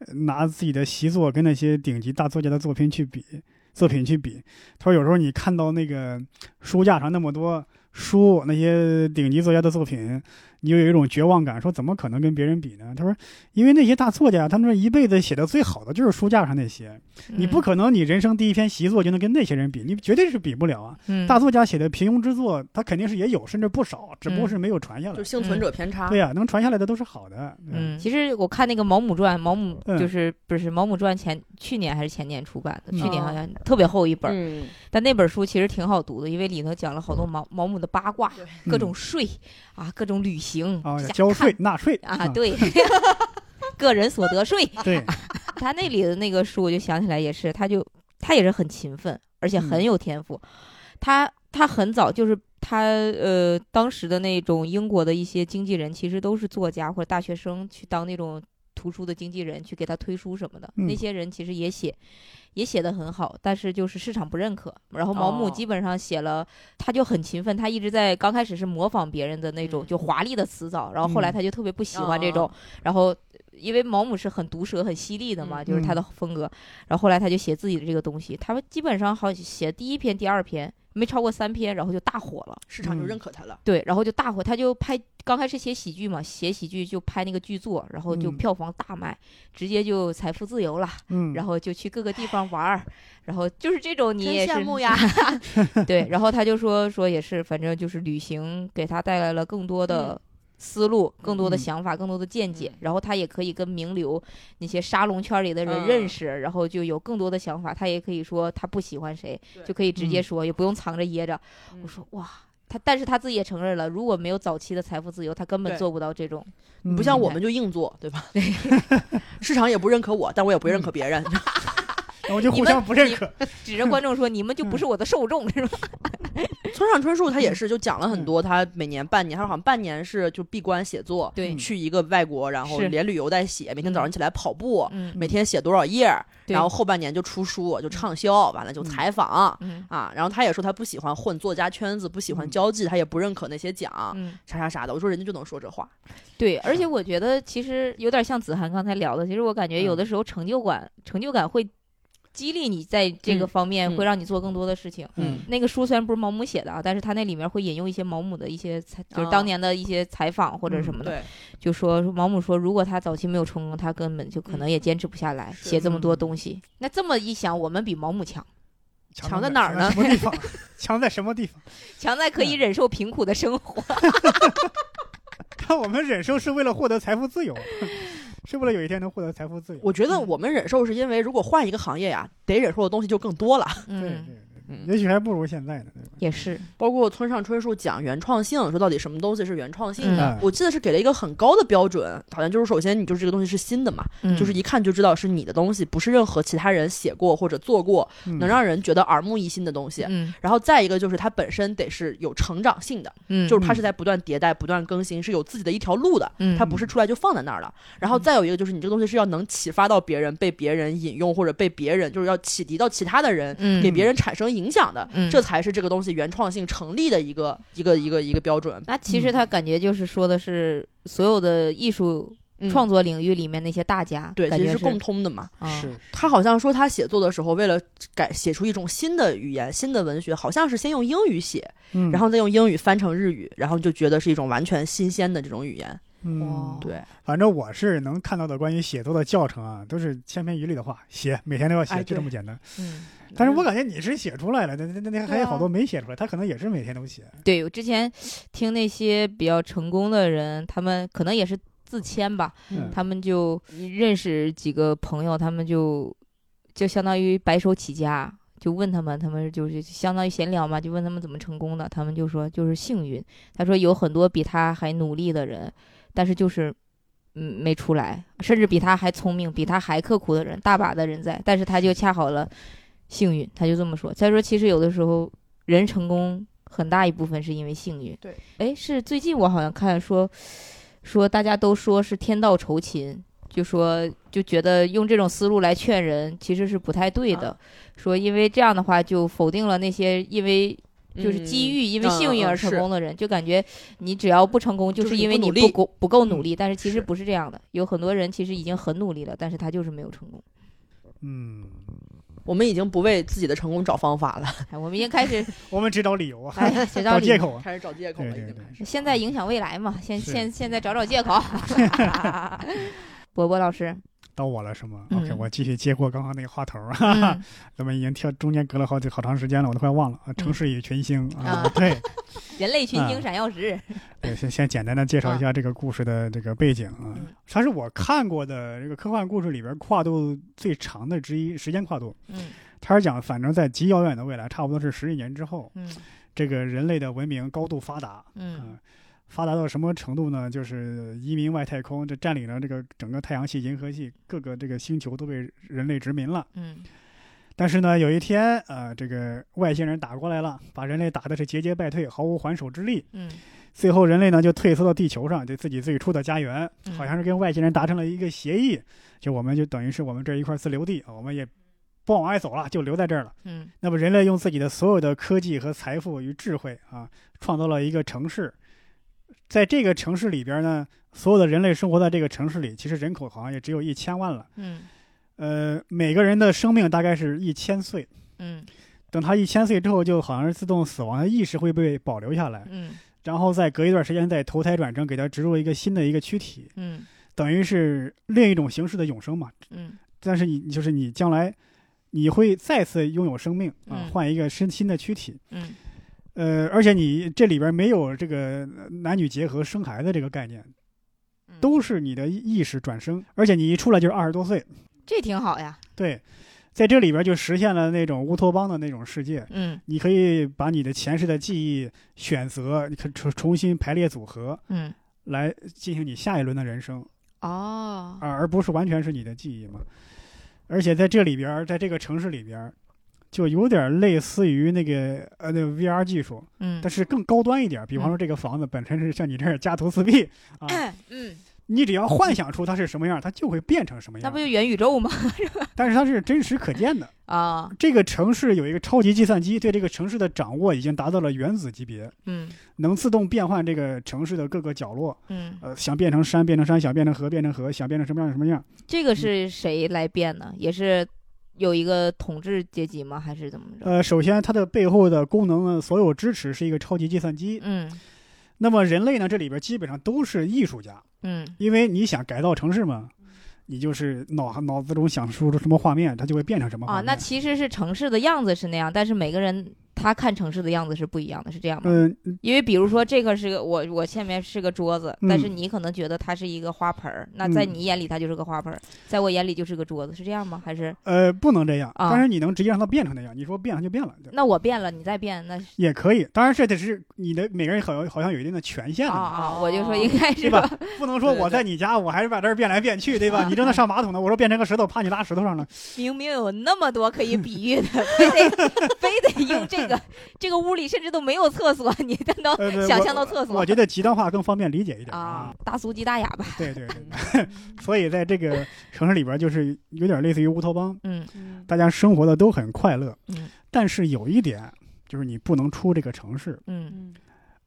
Speaker 1: 呃拿自己的习作跟那些顶级大作家的作品去比，作品去比。他说有时候你看到那个书架上那么多书，那些顶级作家的作品，你就有一种绝望感，说怎么可能跟别人比呢？他说，因为那些大作家，他们一辈子写的最好的就是书架上那些，
Speaker 2: 嗯
Speaker 1: 你不可能你人生第一篇习作就能跟那些人比，你绝对是比不了啊。
Speaker 2: 嗯
Speaker 1: 大作家写的平庸之作，他肯定是也有，甚至不少，只不过
Speaker 2: 嗯
Speaker 1: 是没有传下来。
Speaker 3: 就啊幸存者偏差。
Speaker 1: 对呀、能传下来的都是好的。嗯，
Speaker 2: 嗯，其实我看那个《毛姆传》，毛姆
Speaker 1: 嗯
Speaker 2: 就是、不是《毛姆传前》去年还是前年出版的，
Speaker 1: 嗯
Speaker 2: 去年好像特别厚一本儿，
Speaker 3: 嗯，
Speaker 2: 但那本书其实挺好读的，因为里头讲了好多毛毛姆的八卦
Speaker 3: 对，
Speaker 2: 各种税、啊，各种旅行
Speaker 1: 啊，嗯
Speaker 2: 想
Speaker 1: 交税
Speaker 2: 看
Speaker 1: 纳税
Speaker 2: 啊，对。 个人所得税，
Speaker 3: 啊
Speaker 1: 对，
Speaker 2: 他那里的那个书，我就想起来也是，他就他也是很勤奋，而且很
Speaker 1: 嗯
Speaker 2: 有天赋。他他很早就是他呃，当时的那种英国的一些经纪人，其实都是作家或者大学生去当那种图书的经纪人，去给他推书什么的。
Speaker 1: 嗯
Speaker 2: 那些人其实也写。也写得很好，但是就是市场不认可。然后毛姆
Speaker 3: 哦
Speaker 2: 基本上写了，他就很勤奋，他一直在刚开始是模仿别人的那种
Speaker 3: 嗯
Speaker 2: 就华丽的辞藻，然后后来
Speaker 1: 嗯
Speaker 2: 他就特别不喜欢这种
Speaker 3: 哦，
Speaker 2: 然后因为毛姆是很毒舌、很犀利的嘛，
Speaker 3: 嗯
Speaker 2: 就是他的风格。然后后来他就写自己的这个东西，他们基本上好像写第一篇、第二篇，没超过三篇，然后就大火了。
Speaker 3: 市
Speaker 1: 嗯
Speaker 3: 场就认可他了。
Speaker 2: 对，然后就大火，他就拍，刚开始写喜剧嘛，写喜剧就拍那个剧作，然后就
Speaker 1: 嗯
Speaker 2: 票房大卖，直接就财富自由了，
Speaker 1: 嗯，
Speaker 2: 然后就去各个地方玩儿，然后就是这种你
Speaker 3: 真
Speaker 2: 也是
Speaker 3: 羡慕呀
Speaker 2: 对，然后他就说说也是，反正就是旅行给他带来了更多的思路、更多的
Speaker 1: 嗯
Speaker 2: 想法、更多的见解
Speaker 3: 嗯，
Speaker 2: 然后他也可以跟名流那些沙龙圈里的人
Speaker 3: 嗯
Speaker 2: 认识，然后就有更多的想法。他也可以说他不喜欢谁，
Speaker 3: 对嗯
Speaker 2: 就可以直接
Speaker 1: 嗯
Speaker 2: 说，也不用藏着掖着。我说哇。他但是他自己也承认了，如果没有早期的财富自由，他根本
Speaker 3: 对
Speaker 2: 做不到这种。
Speaker 1: 嗯
Speaker 3: 不像我们就硬做，对吧？市场也不认可我，但我也不认
Speaker 2: 嗯
Speaker 3: 可别人。
Speaker 1: 那我就互相不认可。
Speaker 2: 指着观众说：“你们就不是我的受众，是吧
Speaker 3: 村上春树他
Speaker 2: 嗯
Speaker 3: 也是就讲了很多，他每年半年，他好像半年是就闭关写作？”，
Speaker 2: 对
Speaker 1: 嗯，
Speaker 3: 去一个外国，然后
Speaker 2: 是
Speaker 3: 连旅游带写，每天早上起来跑步，
Speaker 2: 嗯，
Speaker 3: 每天写多少页，
Speaker 2: 对
Speaker 3: 然后后半年就出书，就畅销，完了就采访。
Speaker 2: 嗯
Speaker 3: 啊，然后他也说他不喜欢混作家圈子，不喜欢
Speaker 1: 嗯
Speaker 3: 交际，他也不认可那些奖，
Speaker 2: 嗯，
Speaker 3: 啥啥啥的。我说人家就能说这话，
Speaker 2: 对，而
Speaker 3: 啊
Speaker 2: 且我觉得其实有点像子涵刚才聊的，其实我感
Speaker 3: 嗯
Speaker 2: 觉有的时候成就感，成就感会激励你在这个
Speaker 3: 嗯
Speaker 2: 方面，
Speaker 3: 嗯
Speaker 2: 会让你做更多的事情。
Speaker 1: 嗯
Speaker 2: 那个书虽然不是毛姆写的啊，但是他那里面会引用一些毛姆的一些采，就是
Speaker 3: 哦
Speaker 2: 当年的一些采访或者什么的，
Speaker 3: 嗯对，
Speaker 2: 就说说毛姆说，如果他早期没有成功，他根本就可能也坚持不下来、
Speaker 3: 嗯是
Speaker 2: 写这么多
Speaker 1: 嗯
Speaker 2: 东西。那这么一想，我们比毛姆强，
Speaker 1: 强
Speaker 3: 在哪儿呢
Speaker 1: 什么地方？强在什么地方？
Speaker 2: 强在
Speaker 3: 嗯
Speaker 2: 可以忍受贫苦的生活。
Speaker 1: 看我们忍受是为了获得财富自由， 是为了有一天能获得财富自由。
Speaker 3: 我觉得
Speaker 2: 嗯
Speaker 3: 我们忍受是因为如果换一个行业呀，得忍受的东西就更多了。
Speaker 1: 对对对，
Speaker 2: 嗯，
Speaker 3: 嗯
Speaker 1: 也许还不如现在呢，对吧？
Speaker 2: 也是，
Speaker 3: 包括村上春树讲原创性，说到底什么东西是原创性的，
Speaker 1: 嗯
Speaker 3: 我记得是给了一个很高的标准，好像就是首先你就是这个东西是新的嘛，
Speaker 2: 嗯
Speaker 3: 就是一看就知道是你的东西，不是任何其他人写过或者做过，
Speaker 1: 嗯
Speaker 3: 能让人觉得耳目一新的东西。
Speaker 2: 嗯
Speaker 3: 然后再一个就是它本身得是有成长性的，
Speaker 2: 嗯，
Speaker 3: 就是它是在不断迭代、不断更新，是有自己的一条路的，
Speaker 2: 嗯
Speaker 3: 它不是出来就放在那儿了。然后再有一个就是你这个东西是要能启发到别人，被别人引用或者被别人就是要启迪到其他的人，
Speaker 2: 嗯
Speaker 3: 给别人产生影响的，
Speaker 2: 嗯
Speaker 3: 这才是这个东西原创性成立的一个一个一个一个标准。
Speaker 2: 那其实他感觉就是说的是所有的艺术
Speaker 3: 嗯
Speaker 2: 创作领域里面那些大家，
Speaker 3: 对，
Speaker 2: 感
Speaker 3: 其
Speaker 2: 觉
Speaker 3: 实
Speaker 2: 是
Speaker 3: 是共通的嘛。
Speaker 2: 啊
Speaker 1: 是
Speaker 3: 他好像说他写作的时候，为了改写出一种新的语言、新的文学，好像是先用英语写，
Speaker 1: 嗯
Speaker 3: 然后再用英语翻成日语，然后就觉得是一种完全新鲜的这种语言。
Speaker 1: 嗯
Speaker 2: 哇，
Speaker 3: 对，
Speaker 1: 反正我是能看到的关于写作的教程啊，都是千篇一律的话，写，每天都要写，
Speaker 3: 哎
Speaker 1: 就这
Speaker 3: 对
Speaker 1: 么简单。
Speaker 2: 嗯，
Speaker 1: 但是我感觉你是写出来了，那那那那还
Speaker 3: 对
Speaker 1: 有
Speaker 3: 啊
Speaker 1: 好多没写出来，他可能也是每天都写。
Speaker 2: 对我之前听那些比较成功的人，他们可能也是自谦吧，
Speaker 1: 嗯
Speaker 2: 他们就认识几个朋友，他们就就相当于白手起家，就问他们，他们就是相当于闲聊嘛，就问他们怎么成功的，他们就说就是幸运。他说有很多比他还努力的人，但是就是嗯没出来，甚至比他还聪明、比他还刻苦的人，大把的人在，但是他就恰好了幸运，他就这么说。他说其实有的时候人成功很大一部分是因为幸运。
Speaker 3: 对，
Speaker 2: 哎，是最近我好像看说说大家都说是天道酬勤，就说就觉得用这种思路来劝人其实是不太对的，
Speaker 3: 啊
Speaker 2: 说因为这样的话就否定了那些因为。就是机遇，
Speaker 3: 遇，
Speaker 2: 因为
Speaker 3: 嗯
Speaker 2: 幸运
Speaker 3: 嗯
Speaker 2: 而成功的人，就感觉你只要不成功，
Speaker 3: 就是是
Speaker 2: 因
Speaker 3: 你
Speaker 2: 为
Speaker 3: 不
Speaker 2: 你
Speaker 3: 努
Speaker 2: 不
Speaker 3: 力嗯
Speaker 2: 够不够努力。但是其实
Speaker 3: 是
Speaker 2: 不是这样的，有很多人其实已经很努力了，但是他就是没有成功。
Speaker 1: 嗯，
Speaker 3: 我们已经不为自己的成功找方法了，
Speaker 2: 哎，我们已经开 始
Speaker 1: 我们只找理由啊，
Speaker 2: 哎，谁
Speaker 1: 找
Speaker 2: 道
Speaker 1: 借
Speaker 2: 理？
Speaker 1: 口啊。
Speaker 3: 开始找借口
Speaker 1: 对
Speaker 3: 了，已
Speaker 1: 对
Speaker 3: 经
Speaker 1: 对
Speaker 3: 开始。
Speaker 2: 现在影响未来嘛，现
Speaker 1: 是
Speaker 2: 现现在找找 借口。 波波老师，
Speaker 1: 到我了是吗、
Speaker 2: 嗯
Speaker 1: o k 我继续接过刚刚那个话头啊，
Speaker 2: 嗯
Speaker 1: 咱们已经跳中间隔了好几好长时间了，我都快忘了啊。城市与群星、啊，
Speaker 2: 啊
Speaker 1: 对
Speaker 2: 人类群星
Speaker 1: 嗯
Speaker 2: 闪耀时，
Speaker 1: 对，先先简单的介绍一下这个故事的这个背景啊
Speaker 2: 嗯，
Speaker 1: 它是我看过的这个科幻故事里边跨度最长的之一，时间跨度。
Speaker 2: 嗯
Speaker 1: 它是讲，反正在极遥远的未来，差不多是十亿年之后，
Speaker 2: 嗯
Speaker 1: 这个人类的文明高度发达，
Speaker 2: 嗯
Speaker 1: 呃发达到什么程度呢？就是移民外太空，这占领了这个整个太阳系、银河系各个这个星球都被人类殖民了。
Speaker 2: 嗯
Speaker 1: 但是呢，有一天，呃，这个外星人打过来了，把人类打的是节节败退，毫无还手之力。
Speaker 2: 嗯
Speaker 1: 最后，人类呢就退缩到地球上，就自己最初的家园，
Speaker 2: 嗯
Speaker 1: 好像是跟外星人达成了一个协议，就我们就等于是我们这一块自留地，啊我们也不往外走了，就留在这儿了。
Speaker 2: 嗯
Speaker 1: 那么人类用自己的所有的科技和财富与智慧啊，创造了一个城市。在这个城市里边呢，所有的人类生活在这个城市里，其实人口好像也只有一千万了。
Speaker 2: 嗯
Speaker 1: 呃，每个人的生命大概是一千岁。
Speaker 2: 嗯
Speaker 1: 等他一千岁之后，就好像是自动死亡，他意识会被保留下来，
Speaker 2: 嗯
Speaker 1: 然后再隔一段时间再投胎转生，给他植入一个新的一个躯体，
Speaker 2: 嗯
Speaker 1: 等于是另一种形式的永生嘛。
Speaker 2: 嗯
Speaker 1: 但是你就是你将来，你会再次拥有生命啊
Speaker 2: 嗯，
Speaker 1: 换一个身新的躯体。
Speaker 2: 嗯
Speaker 1: 呃，而且你这里边没有这个呃男女结合生孩子这个概念，
Speaker 2: 嗯，
Speaker 1: 都是你的意识转生，而且你一出来就是二十多岁，
Speaker 2: 这挺好呀。
Speaker 1: 对，在这里边就实现了那种乌托邦的那种世界。
Speaker 2: 嗯
Speaker 1: 你可以把你的前世的记忆选择，你可重重新排列组合
Speaker 2: 嗯
Speaker 1: 来进行你下一轮的人生，
Speaker 2: 哦
Speaker 1: 而而不是完全是你的记忆嘛。而且在这里边儿，在这个城市里边儿，就有点类似于那个呃那个 VR 技术，
Speaker 2: 嗯
Speaker 1: 但是更高端一点儿，比方说这个房子本身是像你这样家徒四壁啊，
Speaker 2: 嗯，
Speaker 1: 你只要幻想出它是什么样，它就会变成什么
Speaker 2: 那不
Speaker 1: 样。
Speaker 2: 就元宇 宙吗？
Speaker 1: 但是它是真实可见的。
Speaker 2: 啊
Speaker 1: 这个城市有一个超级计算机，对这个城市的掌握已经达到了原子级别，
Speaker 2: 嗯
Speaker 1: 能自动变换这个城市的各个角落。
Speaker 2: 嗯，
Speaker 1: 呃，想变成山变成山，想变成河变成河，想变成什么样什么样。
Speaker 2: 这个是谁来变呢？也是有一个统治阶级吗？还是怎么着？
Speaker 1: 呃，首先它的背后的功能呢，所有支持是一个超级计算机。
Speaker 2: 嗯
Speaker 1: 那么人类呢，这里边基本上都是艺术家，
Speaker 2: 嗯
Speaker 1: 因为你想改造城市嘛，你就是脑脑子中想出什么画面，它就会变成什么画
Speaker 2: 啊，
Speaker 1: 面。
Speaker 2: 那其实是城市的样子是那样，但是每个人他看城市的样子是不一样的，是这样吗？
Speaker 1: 嗯、
Speaker 2: 因为比如说这个是个我我前面是个桌子，但是
Speaker 1: 嗯
Speaker 2: 你可能觉得它是一个花盆儿，那在你眼里它就是个花盆儿，在我眼里就是个桌子，是这样吗？还是
Speaker 1: 呃，不能这样，
Speaker 2: 啊
Speaker 1: 但是你能直接让它变成那样，你说变它就变了，对
Speaker 2: 那我变了，你再变，那是
Speaker 1: 也可以。当然，这只是你的每个人好像好像有一定的权限
Speaker 2: 啊
Speaker 1: 的嘛，
Speaker 2: 啊，我就说应该是
Speaker 1: 对吧？不能说
Speaker 2: 对对
Speaker 1: 我在你家，我还是把这儿变来变去，对吧？
Speaker 2: 啊
Speaker 1: 你正在上马桶呢，我说变成个石头，啪，你拉石头上了。
Speaker 2: 明明有那么多可以比喻的，非得非得用这个， 这个屋里甚至都没有厕所，你都能
Speaker 1: 呃，对
Speaker 2: 想
Speaker 1: 我
Speaker 2: 象到厕所
Speaker 1: 我觉得极端化更方便理解一点嗯
Speaker 2: 啊，大俗即大雅吧？
Speaker 1: 对对对，所以在这个城市里边，就是有点类似于乌托邦，
Speaker 2: 嗯
Speaker 3: 嗯
Speaker 1: 大家生活的都很快乐。
Speaker 2: 嗯
Speaker 1: 但是有一点，就是你不能出这个城市
Speaker 2: 嗯
Speaker 3: 嗯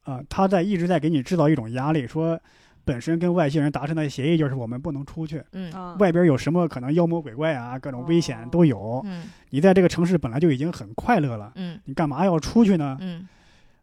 Speaker 1: 啊、他在一直在给你制造一种压力，说本身跟外星人达成的协议就是我们不能出去，
Speaker 2: 嗯
Speaker 3: 啊，
Speaker 1: 外边有什么可能妖魔鬼怪啊，各种危险
Speaker 3: 哦
Speaker 1: 都有。
Speaker 2: 嗯
Speaker 1: 你在这个城市本来就已经很快乐了，
Speaker 2: 嗯
Speaker 1: 你干嘛要出去呢？
Speaker 2: 嗯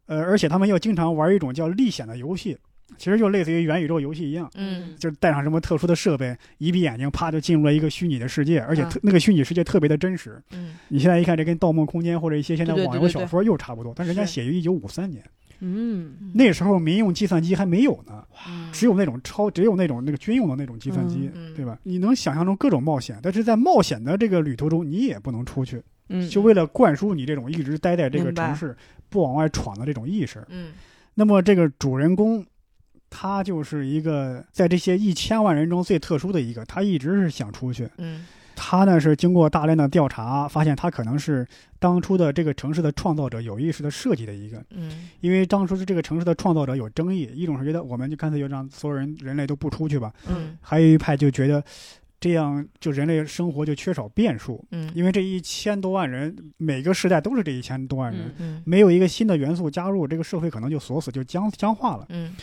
Speaker 1: 呃，而且他们又经常玩一种叫历险的游戏，其实就类似于元宇宙游戏一样。
Speaker 2: 嗯
Speaker 1: 就是带上什么特殊的设备，一闭眼睛，啪就进入了一个虚拟的世界，而且
Speaker 2: 啊
Speaker 1: 特、那个虚拟世界特别的真实。
Speaker 2: 嗯
Speaker 1: 你现在一看，这跟《盗梦空间》或者一些现在
Speaker 3: 对对
Speaker 1: 网
Speaker 3: 对
Speaker 1: 游
Speaker 3: 对
Speaker 1: 小
Speaker 3: 对
Speaker 1: 说又差不多，但人家
Speaker 3: 是
Speaker 1: 写于一九五三年，
Speaker 3: 嗯，
Speaker 1: 那时候民用计算机还没有呢，
Speaker 2: 嗯，
Speaker 1: 只有那种超，只有那种那个军用的那种计算机，
Speaker 2: 嗯嗯
Speaker 1: 对吧？你能想象中各种冒险，但是在冒险的这个旅途中，你也不能出去，
Speaker 3: 嗯
Speaker 1: 就为了灌输你这种一直待在这个
Speaker 3: 明白
Speaker 1: 城市不往外闯的这种意识。
Speaker 2: 嗯
Speaker 1: 那么这个主人公，他就是一个在这些一千万人中最特殊的一个，他一直是想出去。
Speaker 2: 嗯
Speaker 1: 他呢是经过大量的调查，发现他可能是当初的这个城市的创造者有意识的设计的一个，
Speaker 2: 嗯
Speaker 1: 因为当初是这个城市的创造者有争议，一种是觉得我们就干脆就让所有人人类都不出去吧，
Speaker 2: 嗯
Speaker 1: 还有一派就觉得。这样就人类生活就缺少变数，
Speaker 2: 嗯
Speaker 1: 因为这一千多万人，每个时代都是这一千多万人，
Speaker 3: 嗯
Speaker 2: 嗯
Speaker 1: 没有一个新的元素加入，这个社会可能就锁死，就僵僵化了。
Speaker 2: 嗯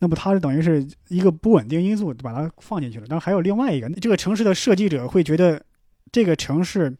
Speaker 1: 那么它是等于是一个不稳定因素把它放进去了。但是还有另外一个，这个城市的设计者会觉得这个城市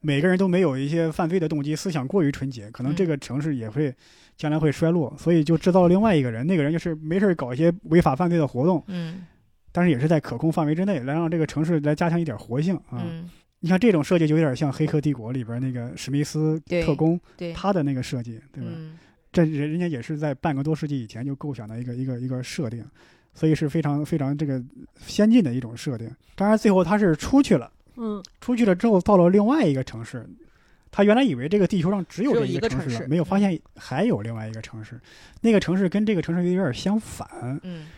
Speaker 1: 每个人都没有一些犯罪的动机，思想过于纯洁，可能
Speaker 2: 嗯
Speaker 1: 这个城市也会将来会衰落，所以就制造了另外一个人，那个人就是没事儿搞一些违法犯罪的活动，
Speaker 2: 嗯
Speaker 1: 但是也是在可控范围之内，来让这个城市来加强一点活性啊。
Speaker 2: 嗯，
Speaker 1: 你看这种设计就有点像《黑客帝国》里边那个史密斯
Speaker 2: 对
Speaker 1: 特工
Speaker 2: 对，
Speaker 1: 他的那个设计，对吧？
Speaker 2: 嗯
Speaker 1: 这人人家也是在半个多世纪以前就构想的一个一个一个设定，所以是非常非常这个先进的一种设定。当然，最后他是出去了，
Speaker 3: 嗯
Speaker 1: 出去了之后到了另外一个城市，他原来以为这个地球上只有
Speaker 3: 只有
Speaker 1: 这
Speaker 3: 一
Speaker 1: 个
Speaker 3: 个
Speaker 1: 城市
Speaker 3: 城
Speaker 1: 了，
Speaker 3: 市
Speaker 1: 没有发现还有另外一个城市，那个城市跟这个城市有点相反。
Speaker 2: 嗯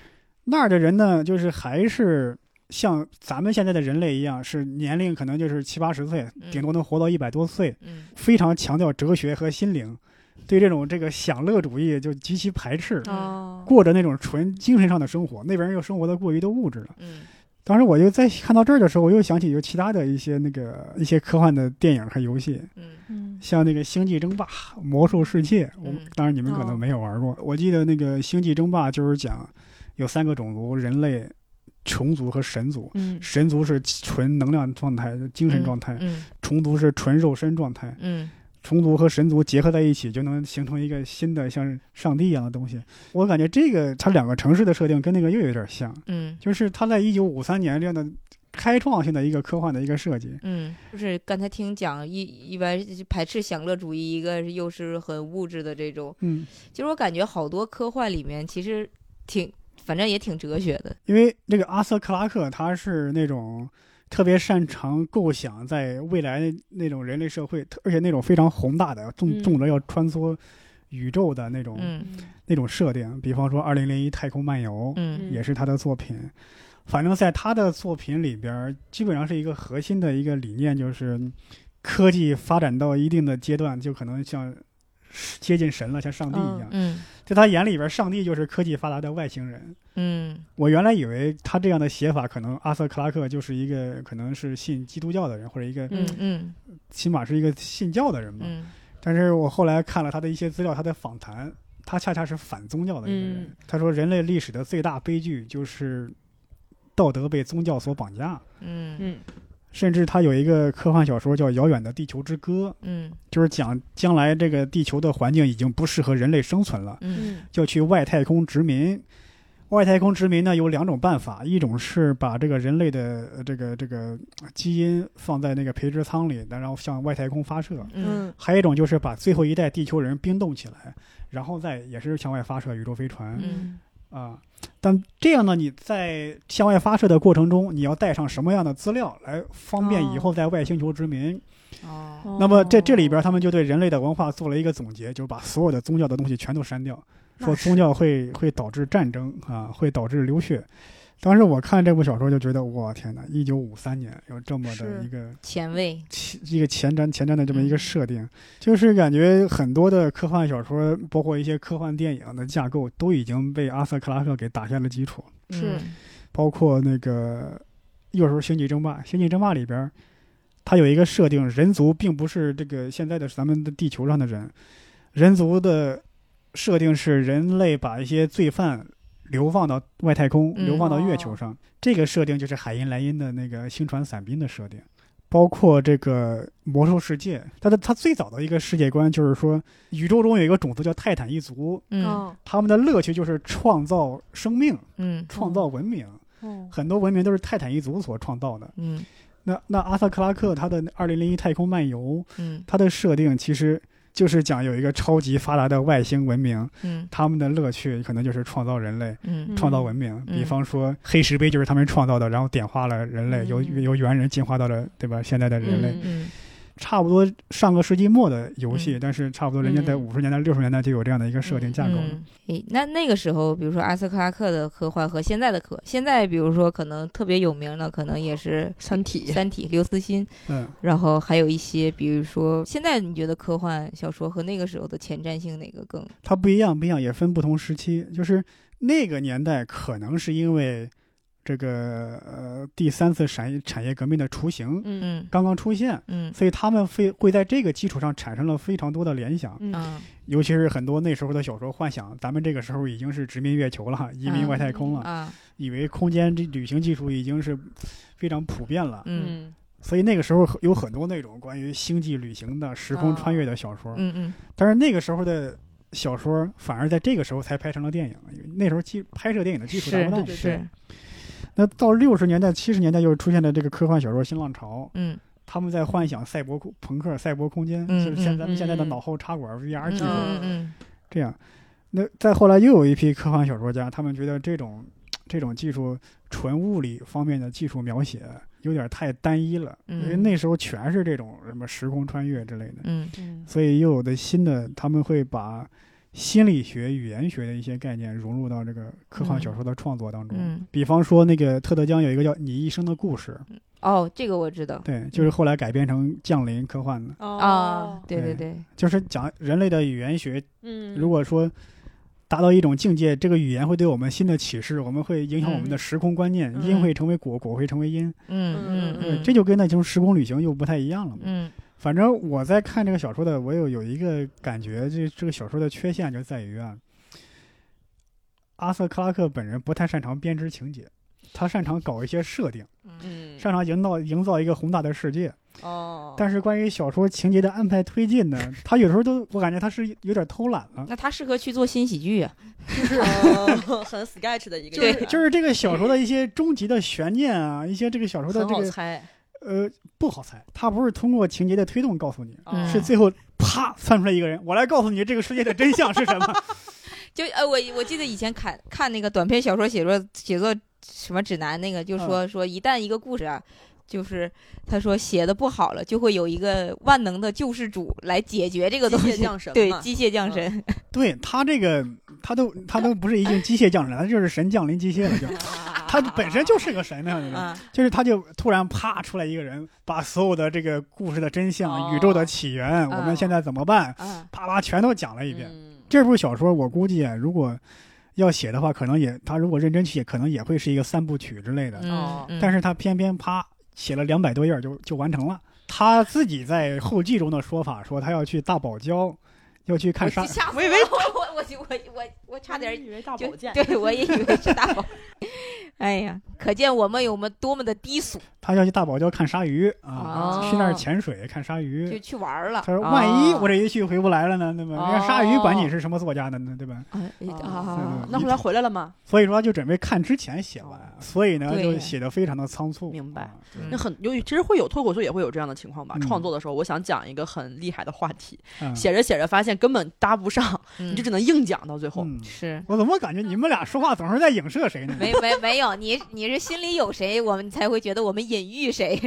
Speaker 1: 那儿的人呢，就是还是。像咱们现在的人类一样，是年龄可能就是七八十岁，
Speaker 2: 嗯
Speaker 1: 顶多能活到一百多岁。
Speaker 2: 嗯
Speaker 1: 非常强调哲学和心灵，对这种这个享乐主义就极其排斥，
Speaker 3: 哦，
Speaker 1: 过着那种纯精神上的生活。那边人又生活的过于的物质了。
Speaker 2: 嗯
Speaker 1: 当时我就在看到这儿的时候，我又想起有其他的一些那个一些科幻的电影和游戏，
Speaker 2: 嗯
Speaker 3: 嗯
Speaker 1: 像那个《星际争霸》《魔兽世界》我，
Speaker 2: 嗯
Speaker 1: 当然你们可能没有玩过。我记得那个《星际争霸》就是讲有三个种族：人类、虫族和神族。
Speaker 3: 嗯
Speaker 1: 神族是纯能量状态、精神状态；
Speaker 2: 嗯
Speaker 1: 虫族是纯肉身状态。
Speaker 2: 嗯
Speaker 1: 虫族和神族结合在一起，就能形成一个新的像上帝一样的东西。我感觉这个它两个城市的设定跟那个又有点像，
Speaker 2: 嗯
Speaker 1: 就是它在一九五三年这样的开创性的一个科幻的一个设计。
Speaker 2: 嗯，就是刚才听讲一一般是排斥享乐主义，一个是又是很物质的这种，
Speaker 1: 嗯，
Speaker 2: 其实我感觉好多科幻里面其实挺，反正也挺哲学的，
Speaker 1: 因为那个阿瑟克拉克他是那种特别擅长构想在未来那那种人类社会，特而且那种非常宏大的，动
Speaker 3: 嗯
Speaker 1: 动辄要穿梭宇宙的那种、
Speaker 2: 嗯
Speaker 1: 那种设定。比方说《二零零一太空漫游》，
Speaker 2: 嗯
Speaker 1: 也是他的作品。反正在他的作品里边儿，基本上是一个核心的一个理念，就是科技发展到一定的阶段，就可能像接近神了，像上帝一样。
Speaker 2: 嗯
Speaker 1: 在他眼里边儿，上帝就是科技发达的外星人。
Speaker 2: 嗯
Speaker 1: 我原来以为他这样的写法，可能阿瑟克拉克就是一个可能是信基督教的人，或者一个
Speaker 2: 嗯嗯
Speaker 1: 起码是一个信教的人吧。
Speaker 2: 嗯
Speaker 1: 但是我后来看了他的一些资料，他的访谈，他恰恰是反宗教的一个人。
Speaker 3: 嗯
Speaker 1: 他说，人类历史的最大悲剧就是道德被宗教所绑架。
Speaker 2: 嗯
Speaker 3: 嗯
Speaker 1: 甚至他有一个科幻小说叫《遥远的地球之歌
Speaker 2: 嗯》，
Speaker 1: 就是讲将来这个地球的环境已经不适合人类生存了，
Speaker 2: 嗯
Speaker 1: 要去外太空殖民。外太空殖民呢有两种办法，一种是把这个人类的呃这个这个基因放在那个培植舱里，然后向外太空发射；
Speaker 2: 嗯，
Speaker 1: 还有一种就是把最后一代地球人冰冻起来，然后再也是向外发射宇宙飞船啊、
Speaker 2: 嗯
Speaker 1: 但这样呢，你在向外发射的过程中，你要带上什么样的资料来方便以
Speaker 2: 哦
Speaker 1: 后在外星球殖民？
Speaker 2: 哦，
Speaker 3: 嗯
Speaker 1: 那么在这里边，他们就对人类的文化做了一个总结，就是把所有的宗教的东西全都删掉，
Speaker 3: 那
Speaker 1: 说宗教会会导致战争啊，会导致流血。当时我看这部小说就觉得，我天哪！一九五三年有这么的
Speaker 3: 是
Speaker 1: 一个
Speaker 2: 前卫，
Speaker 1: 前一个前瞻前瞻的这么一个
Speaker 2: 嗯
Speaker 1: 设定，就是感觉很多的科幻小说，包括一些科幻电影的架构，都已经被阿瑟克拉克给打下了基础。
Speaker 3: 是
Speaker 2: 嗯
Speaker 1: 包括那个又说《星际争霸》，《星际争霸》里边儿，它有一个设定，人族并不是这个现在的咱们的地球上的人，人族的设定是人类把一些罪犯流放到外太空，
Speaker 2: 嗯
Speaker 1: 流放到月球上。这个设定就是海因莱因的那个星船伞兵的设定。包括这个魔兽世界，它的它最早的一个世界观就是说，宇宙中有一个种族叫泰坦一族，
Speaker 2: 嗯
Speaker 3: 哦
Speaker 1: 他们的乐趣就是创造生命、
Speaker 2: 嗯
Speaker 1: 创造文明。
Speaker 3: 哦
Speaker 1: 很多文明都是泰坦一族所创造的。
Speaker 2: 嗯
Speaker 1: 那那阿萨克拉克他的《二零零一太空漫游》，
Speaker 2: 嗯
Speaker 1: 它的设定其实就是讲有一个超级发达的外星文明，
Speaker 2: 嗯
Speaker 1: 他们的乐趣可能就是创造人类。
Speaker 2: 嗯
Speaker 1: 创造文明，
Speaker 2: 嗯
Speaker 1: 比方说黑石碑就是他们创造的，然后点化了人类，
Speaker 3: 嗯
Speaker 1: 由由猿人进化到了对吧现在的人类，
Speaker 2: 嗯嗯
Speaker 1: 差不多上个世纪末的游戏，
Speaker 2: 嗯
Speaker 1: 但是差不多人家在
Speaker 2: 嗯
Speaker 1: 五十年代、六十年代就有这样的一个设定架构了。
Speaker 2: 嗯诶，那那个时候，比如说阿斯克拉克的科幻和现在的科，现在比如说可能特别有名的，可能也是
Speaker 3: 《三体
Speaker 2: 《三体》刘慈欣，
Speaker 1: 嗯
Speaker 2: 然后还有一些，比如说现在你觉得科幻小说和那个时候的前瞻性哪个更？
Speaker 1: 它不一样，不一样，也分不同时期。就是那个年代，可能是因为这个呃第三次产业产业革命的雏形
Speaker 3: 嗯
Speaker 2: 嗯
Speaker 1: 刚刚出现，
Speaker 2: 嗯
Speaker 1: 所以他们非会在这个基础上产生了非常多的联想，
Speaker 3: 嗯
Speaker 2: 啊
Speaker 1: 尤其是很多那时候的小说幻想，咱们这个时候已经是殖民月球了，移民外太空了，
Speaker 2: 啊
Speaker 1: 以为空间这旅行技术已经是非常普遍了，
Speaker 2: 嗯
Speaker 1: 所以那个时候有很多那种关于星际旅行的、时空
Speaker 3: 哦
Speaker 1: 穿越的小说。
Speaker 2: 嗯嗯
Speaker 1: 但是那个时候的小说反而在这个时候才拍成了电影，因为那时候基拍摄电影的基础达不到。
Speaker 2: 是是
Speaker 1: 那到六十年代、七十年代又出现了这个科幻小说新浪潮，
Speaker 2: 嗯
Speaker 1: 他们在幻想赛博空朋克、赛博空间，
Speaker 2: 嗯
Speaker 1: 就是像
Speaker 2: 嗯
Speaker 1: 咱们现在的
Speaker 3: 嗯
Speaker 1: 脑后插管 VR 技
Speaker 2: 嗯
Speaker 1: 术、
Speaker 2: 嗯嗯
Speaker 1: 这样。那再后来又有一批科幻小说家，他们觉得这种这种技术纯物理方面的技术描写有点太单一了，
Speaker 2: 嗯
Speaker 1: 因为那时候全是这种什么时空穿越之类的。
Speaker 2: 嗯
Speaker 3: 嗯
Speaker 1: 所以又有的新的，他们会把心理学、语言学的一些概念融入到这个科幻小说的创作当中。
Speaker 2: 嗯
Speaker 1: 比方说，那个特德·江有一个叫《你一生的故事》，
Speaker 3: 嗯
Speaker 2: 哦，这个我知道
Speaker 1: 对，就是后来改编成降临科幻的，
Speaker 2: 啊，对对对，
Speaker 1: 就是讲人类的语言学。
Speaker 3: 嗯
Speaker 1: 如果说达到一种境界，这个语言会对我们新的启示，我们会影响我们的
Speaker 3: 嗯
Speaker 1: 时空观念，
Speaker 3: 嗯
Speaker 1: 因会成为果，果会成为因。
Speaker 2: 嗯嗯
Speaker 1: 对，
Speaker 2: 嗯，
Speaker 1: 这就跟那种时空旅行又不太一样了嘛。
Speaker 2: 嗯
Speaker 1: 反正我在看这个小说的，我有有一个感觉，这这个小说的缺陷就在于啊，阿瑟克拉克本人不太擅长编织情节，他擅长搞一些设定，
Speaker 3: 嗯
Speaker 1: 擅长营造营造一个宏大的世界。
Speaker 3: 哦，
Speaker 1: 但是关于小说情节的安排推进呢，他有时候都我感觉他是有点偷懒了。
Speaker 2: 那他适合去做新喜剧啊，
Speaker 3: 是哦很 sketch 的一个
Speaker 1: 就
Speaker 3: 演
Speaker 1: 是
Speaker 3: 员
Speaker 1: 就是这个小说的一些终极的悬念啊，一些这个小说的
Speaker 3: 很
Speaker 1: 这
Speaker 3: 好
Speaker 1: 个
Speaker 3: 猜，
Speaker 1: 呃不好猜，他不是通过情节的推动告诉你，
Speaker 3: 哦
Speaker 1: 是最后啪窜出来一个人，我来告诉你这个世界的真相是什么。
Speaker 2: 就呃，我我记得以前看看那个短篇小说写作写作什么指南，那个就说、说一旦一个故事啊，就是他说写的不好了，就会有一个万能的救世主来解决这个东
Speaker 3: 机
Speaker 2: 西，
Speaker 3: 械降神
Speaker 2: 对
Speaker 3: 嘛嗯
Speaker 2: 机械降神，
Speaker 1: 对他这个，他都他都不是已经机械降神了，他就是神降临机械 了，就
Speaker 3: 啊
Speaker 1: 他本身就是个神那
Speaker 3: 嗯
Speaker 1: 样的人，
Speaker 2: 啊，
Speaker 1: 就是他就突然啪出来一个人，把所有的这个故事的真相、
Speaker 3: 哦
Speaker 1: 宇宙的起源，我们现在怎么办，
Speaker 2: 啊
Speaker 1: 啪啪全都讲了一遍。
Speaker 3: 嗯
Speaker 1: 这部小说我估计啊如果要写的话，可能也他如果认真写，可能也会是一个三部曲之类的，
Speaker 2: 嗯
Speaker 3: 哦，
Speaker 2: 嗯
Speaker 1: 但是他偏偏啪写了两百多页儿就就完成了。他自己在后记中的说法说，他要去大堡礁，要去
Speaker 3: 哦
Speaker 1: 看沙
Speaker 2: 我。吓我
Speaker 3: 我以
Speaker 2: 以
Speaker 3: 为
Speaker 2: 为我我我我我我差点
Speaker 3: 以为大
Speaker 2: 就
Speaker 3: 宝剑，
Speaker 2: 对我也以为是大宝。哎呀，可见我们有我们多么的低俗，
Speaker 1: 他要去大堡礁看鲨鱼啊，
Speaker 2: 哦
Speaker 1: 去那儿潜水看鲨
Speaker 2: 就
Speaker 1: 鱼。
Speaker 2: 去玩儿了。
Speaker 1: 他说：“万一
Speaker 2: 哦
Speaker 1: 我这一去回不来了呢，对吧？
Speaker 2: 哦
Speaker 1: 人家鲨鱼管你是什么作家的呢，对吧
Speaker 2: 哎哎
Speaker 3: 啊
Speaker 2: 啊
Speaker 1: 对
Speaker 3: 那后来回来了吗？”？
Speaker 1: 所以说他就准备看之前写完，所以呢
Speaker 2: 对
Speaker 1: 就写的非常的仓促。
Speaker 3: 明白
Speaker 1: 啊
Speaker 2: 嗯
Speaker 3: 那很有，其实会有脱口秀也会有这样的情况吧。
Speaker 1: 嗯
Speaker 3: 创作的时候，我想讲一个很厉害的话题，
Speaker 1: 嗯
Speaker 3: 写着写着发现根本搭不上，
Speaker 2: 嗯
Speaker 3: 你就只能硬讲到最后。
Speaker 1: 嗯，
Speaker 2: 是
Speaker 1: 我怎么感觉你们俩说话总是在影射谁呢？
Speaker 2: 没没没有，你你是心里有谁，我们才会觉得我们隐喻谁。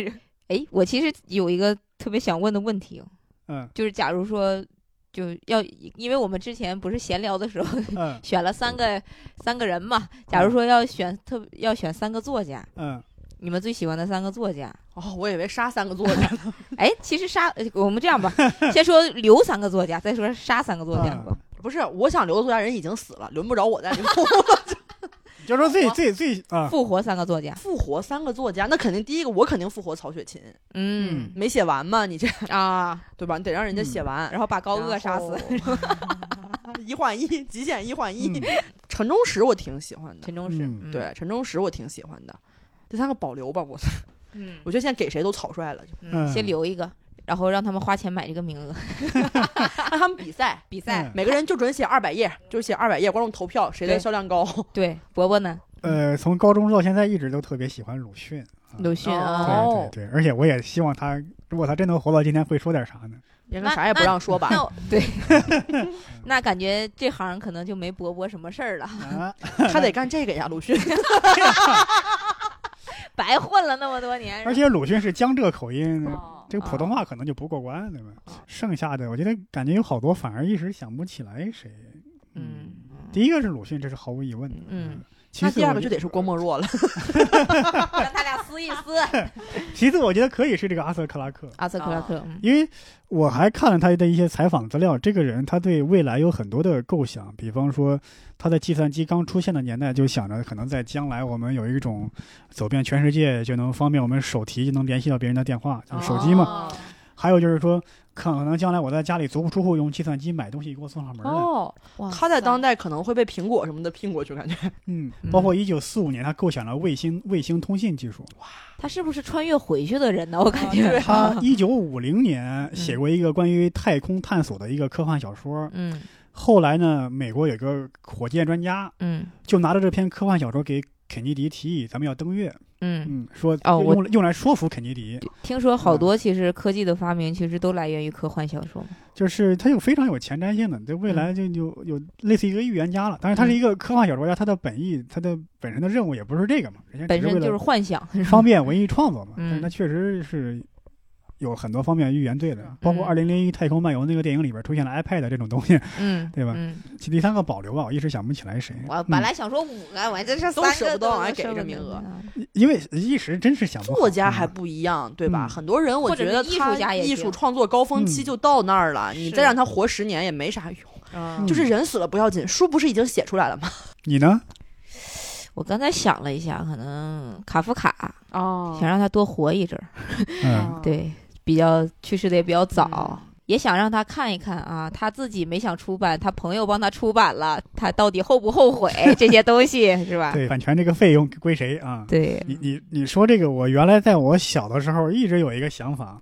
Speaker 2: 哎，我其实有一个特别想问的问题哦，
Speaker 1: 嗯
Speaker 2: 就是假如说就要，因为我们之前不是闲聊的时候
Speaker 1: 嗯
Speaker 2: 选了三个三个人嘛，假如说要选特要选三个作家，
Speaker 1: 嗯，
Speaker 2: 你们最喜欢的三个作家，
Speaker 3: 哦，我以为杀三个作家，
Speaker 2: 哎，其实杀呃我们这样吧，先说留三个作家，再说杀三个作家
Speaker 1: 嗯
Speaker 2: 吧。
Speaker 3: 不是，我想留的作家人已经死了，轮不着我再留。
Speaker 1: 你就说最
Speaker 3: 我
Speaker 1: 最最啊，
Speaker 2: 复活三个作家，
Speaker 3: 复活三个作家，那肯定第一个我肯定复活曹雪芹，
Speaker 2: 嗯
Speaker 3: 没写完嘛，你这
Speaker 2: 啊，
Speaker 3: 对吧？你得让人家写完，
Speaker 2: 然后把高鹗杀死，
Speaker 3: 然后一换一，极限一换一。
Speaker 1: 嗯
Speaker 3: 陈忠实我挺喜欢的，
Speaker 2: 陈忠实，
Speaker 1: 嗯
Speaker 2: 嗯，
Speaker 3: 对，陈忠实我挺喜欢的。第三个保留吧，我
Speaker 2: 嗯
Speaker 3: 我觉得现在给谁都草率了，就
Speaker 2: 嗯，先
Speaker 1: 嗯
Speaker 2: 留一个，然后让他们花钱买这个名额
Speaker 3: 让他们比赛，
Speaker 2: 比赛。
Speaker 1: 嗯
Speaker 3: 每个人就准写二百页，就写二百页，观众投票谁的
Speaker 2: 对
Speaker 3: 销 量高。
Speaker 2: 对，伯伯呢？
Speaker 1: 呃，从高中到现在一直都特别喜欢鲁迅。啊
Speaker 2: 鲁迅啊，
Speaker 3: 哦
Speaker 1: 对对对，而且我也希望他，如果他真能活到今天，会说点啥呢？
Speaker 3: 人家啥也不让说 吧，
Speaker 2: 那我对，
Speaker 1: 嗯
Speaker 2: 那感觉这行可能就没伯伯什么事儿了，
Speaker 1: 啊，
Speaker 3: 他得干这个呀，鲁迅。
Speaker 2: 白混了那么多年。
Speaker 1: 而且鲁迅是江浙口音，
Speaker 3: 哦
Speaker 1: 这个普通话可能就不过关，对吧？
Speaker 3: 啊
Speaker 1: 剩下的我觉得感觉有好多反而一时想不起来谁。
Speaker 2: 嗯，
Speaker 1: 第一个是鲁迅，这是毫无疑问的。
Speaker 2: 嗯，
Speaker 1: 其
Speaker 3: 那
Speaker 1: 次
Speaker 3: 第二
Speaker 1: 我
Speaker 3: 个
Speaker 1: 觉
Speaker 3: 就得是郭沫若了，
Speaker 2: 哦让他俩撕一 撕。
Speaker 1: 其次我觉得可以是这个阿瑟克拉克，
Speaker 2: 阿瑟克
Speaker 3: 啊
Speaker 2: 拉克，嗯
Speaker 1: 因为我还看了他的一些采访资料，这个人他对未来有很多的构想，比方说他在计算机刚出现的年代就想着，可能在将来我们有一种走遍全世界就能方便我们手提就能联系到别人的电话，就是手机嘛。
Speaker 2: 哦
Speaker 1: 还有就是说，可能将来我在家里足不出户用计算机买东西给我送上门来。
Speaker 3: 哦，
Speaker 2: 哇
Speaker 3: 他在
Speaker 2: 塞
Speaker 3: 当代可能会被苹果什么的拼过去，感觉。
Speaker 1: 嗯
Speaker 2: 嗯，
Speaker 1: 包括一九四五年他构想了卫星卫星通信技 术。
Speaker 2: 他是不是穿越回去的人呢？我
Speaker 1: 哦
Speaker 2: 感
Speaker 3: 啊
Speaker 2: 觉
Speaker 3: 对，
Speaker 1: 他一九五零年写过一个关于太空探索的一个科幻小说，
Speaker 2: 嗯
Speaker 1: 后来呢，美国有个火箭专家，
Speaker 2: 嗯
Speaker 1: 就拿着这篇科幻小说给肯尼迪提议，咱们要登月。
Speaker 2: 嗯，
Speaker 1: 嗯，说
Speaker 2: 哦我
Speaker 1: 用用来说服肯尼迪，
Speaker 2: 听说好多其实科技的发明其实都来源于科幻小说嘛。
Speaker 1: 嗯就是他有非常有前瞻性的，对未来
Speaker 2: 嗯
Speaker 1: 就有有类似于一个预言家了。但是他是一个科幻小说家，他的本意，他的本身的任务也不是这个嘛，人家
Speaker 2: 本
Speaker 1: 只是为
Speaker 2: 身就是
Speaker 1: 了
Speaker 2: 幻想，
Speaker 3: 嗯
Speaker 1: 方便文艺创作嘛。
Speaker 2: 嗯
Speaker 1: 但是他确实是。有很多方面预言对的，包括
Speaker 2: 嗯
Speaker 1: 2001太空漫游》那个电影里边出现了 iPad 这种东西。
Speaker 2: 嗯，
Speaker 1: 对吧
Speaker 2: 嗯，
Speaker 1: 其第三个保留吧，我一时想不起来谁。
Speaker 2: 我本来想说五个，我这是
Speaker 3: 都
Speaker 2: 三
Speaker 3: 舍
Speaker 2: 个
Speaker 3: 不得往外
Speaker 2: 能
Speaker 3: 给
Speaker 2: 舍
Speaker 3: 这
Speaker 2: 不
Speaker 3: 名
Speaker 2: 得
Speaker 3: 额
Speaker 2: 呢
Speaker 1: 因为一时真是想不好
Speaker 3: 作家还
Speaker 1: 嗯
Speaker 3: 不一样，对吧？
Speaker 1: 嗯
Speaker 3: 很多人我
Speaker 2: 或者
Speaker 3: 觉
Speaker 2: 是
Speaker 3: 得
Speaker 2: 艺术
Speaker 3: 他
Speaker 2: 家也
Speaker 3: 艺
Speaker 2: 行
Speaker 3: 术创作高峰期
Speaker 1: 嗯
Speaker 3: 就到那儿了，你
Speaker 2: 是
Speaker 3: 再让他活十年也没啥用。
Speaker 2: 嗯
Speaker 3: 就是人死了不要紧，书不是已经写出来了吗？
Speaker 1: 你呢？
Speaker 2: 我刚才想了一下，可能卡夫卡
Speaker 3: 哦
Speaker 2: 想让他多活一阵儿，
Speaker 1: 嗯，
Speaker 2: 对，比较去世的也比较早。也想让他看一看啊，他自己没想出版，他朋友帮他出版了，他到底后不后 悔这些东西是
Speaker 3: 嗯
Speaker 2: 吧？
Speaker 1: 对，版权这个费用归谁啊？
Speaker 2: 对，
Speaker 1: 你你你说这个，我原来在我小的时候一直有一个想法，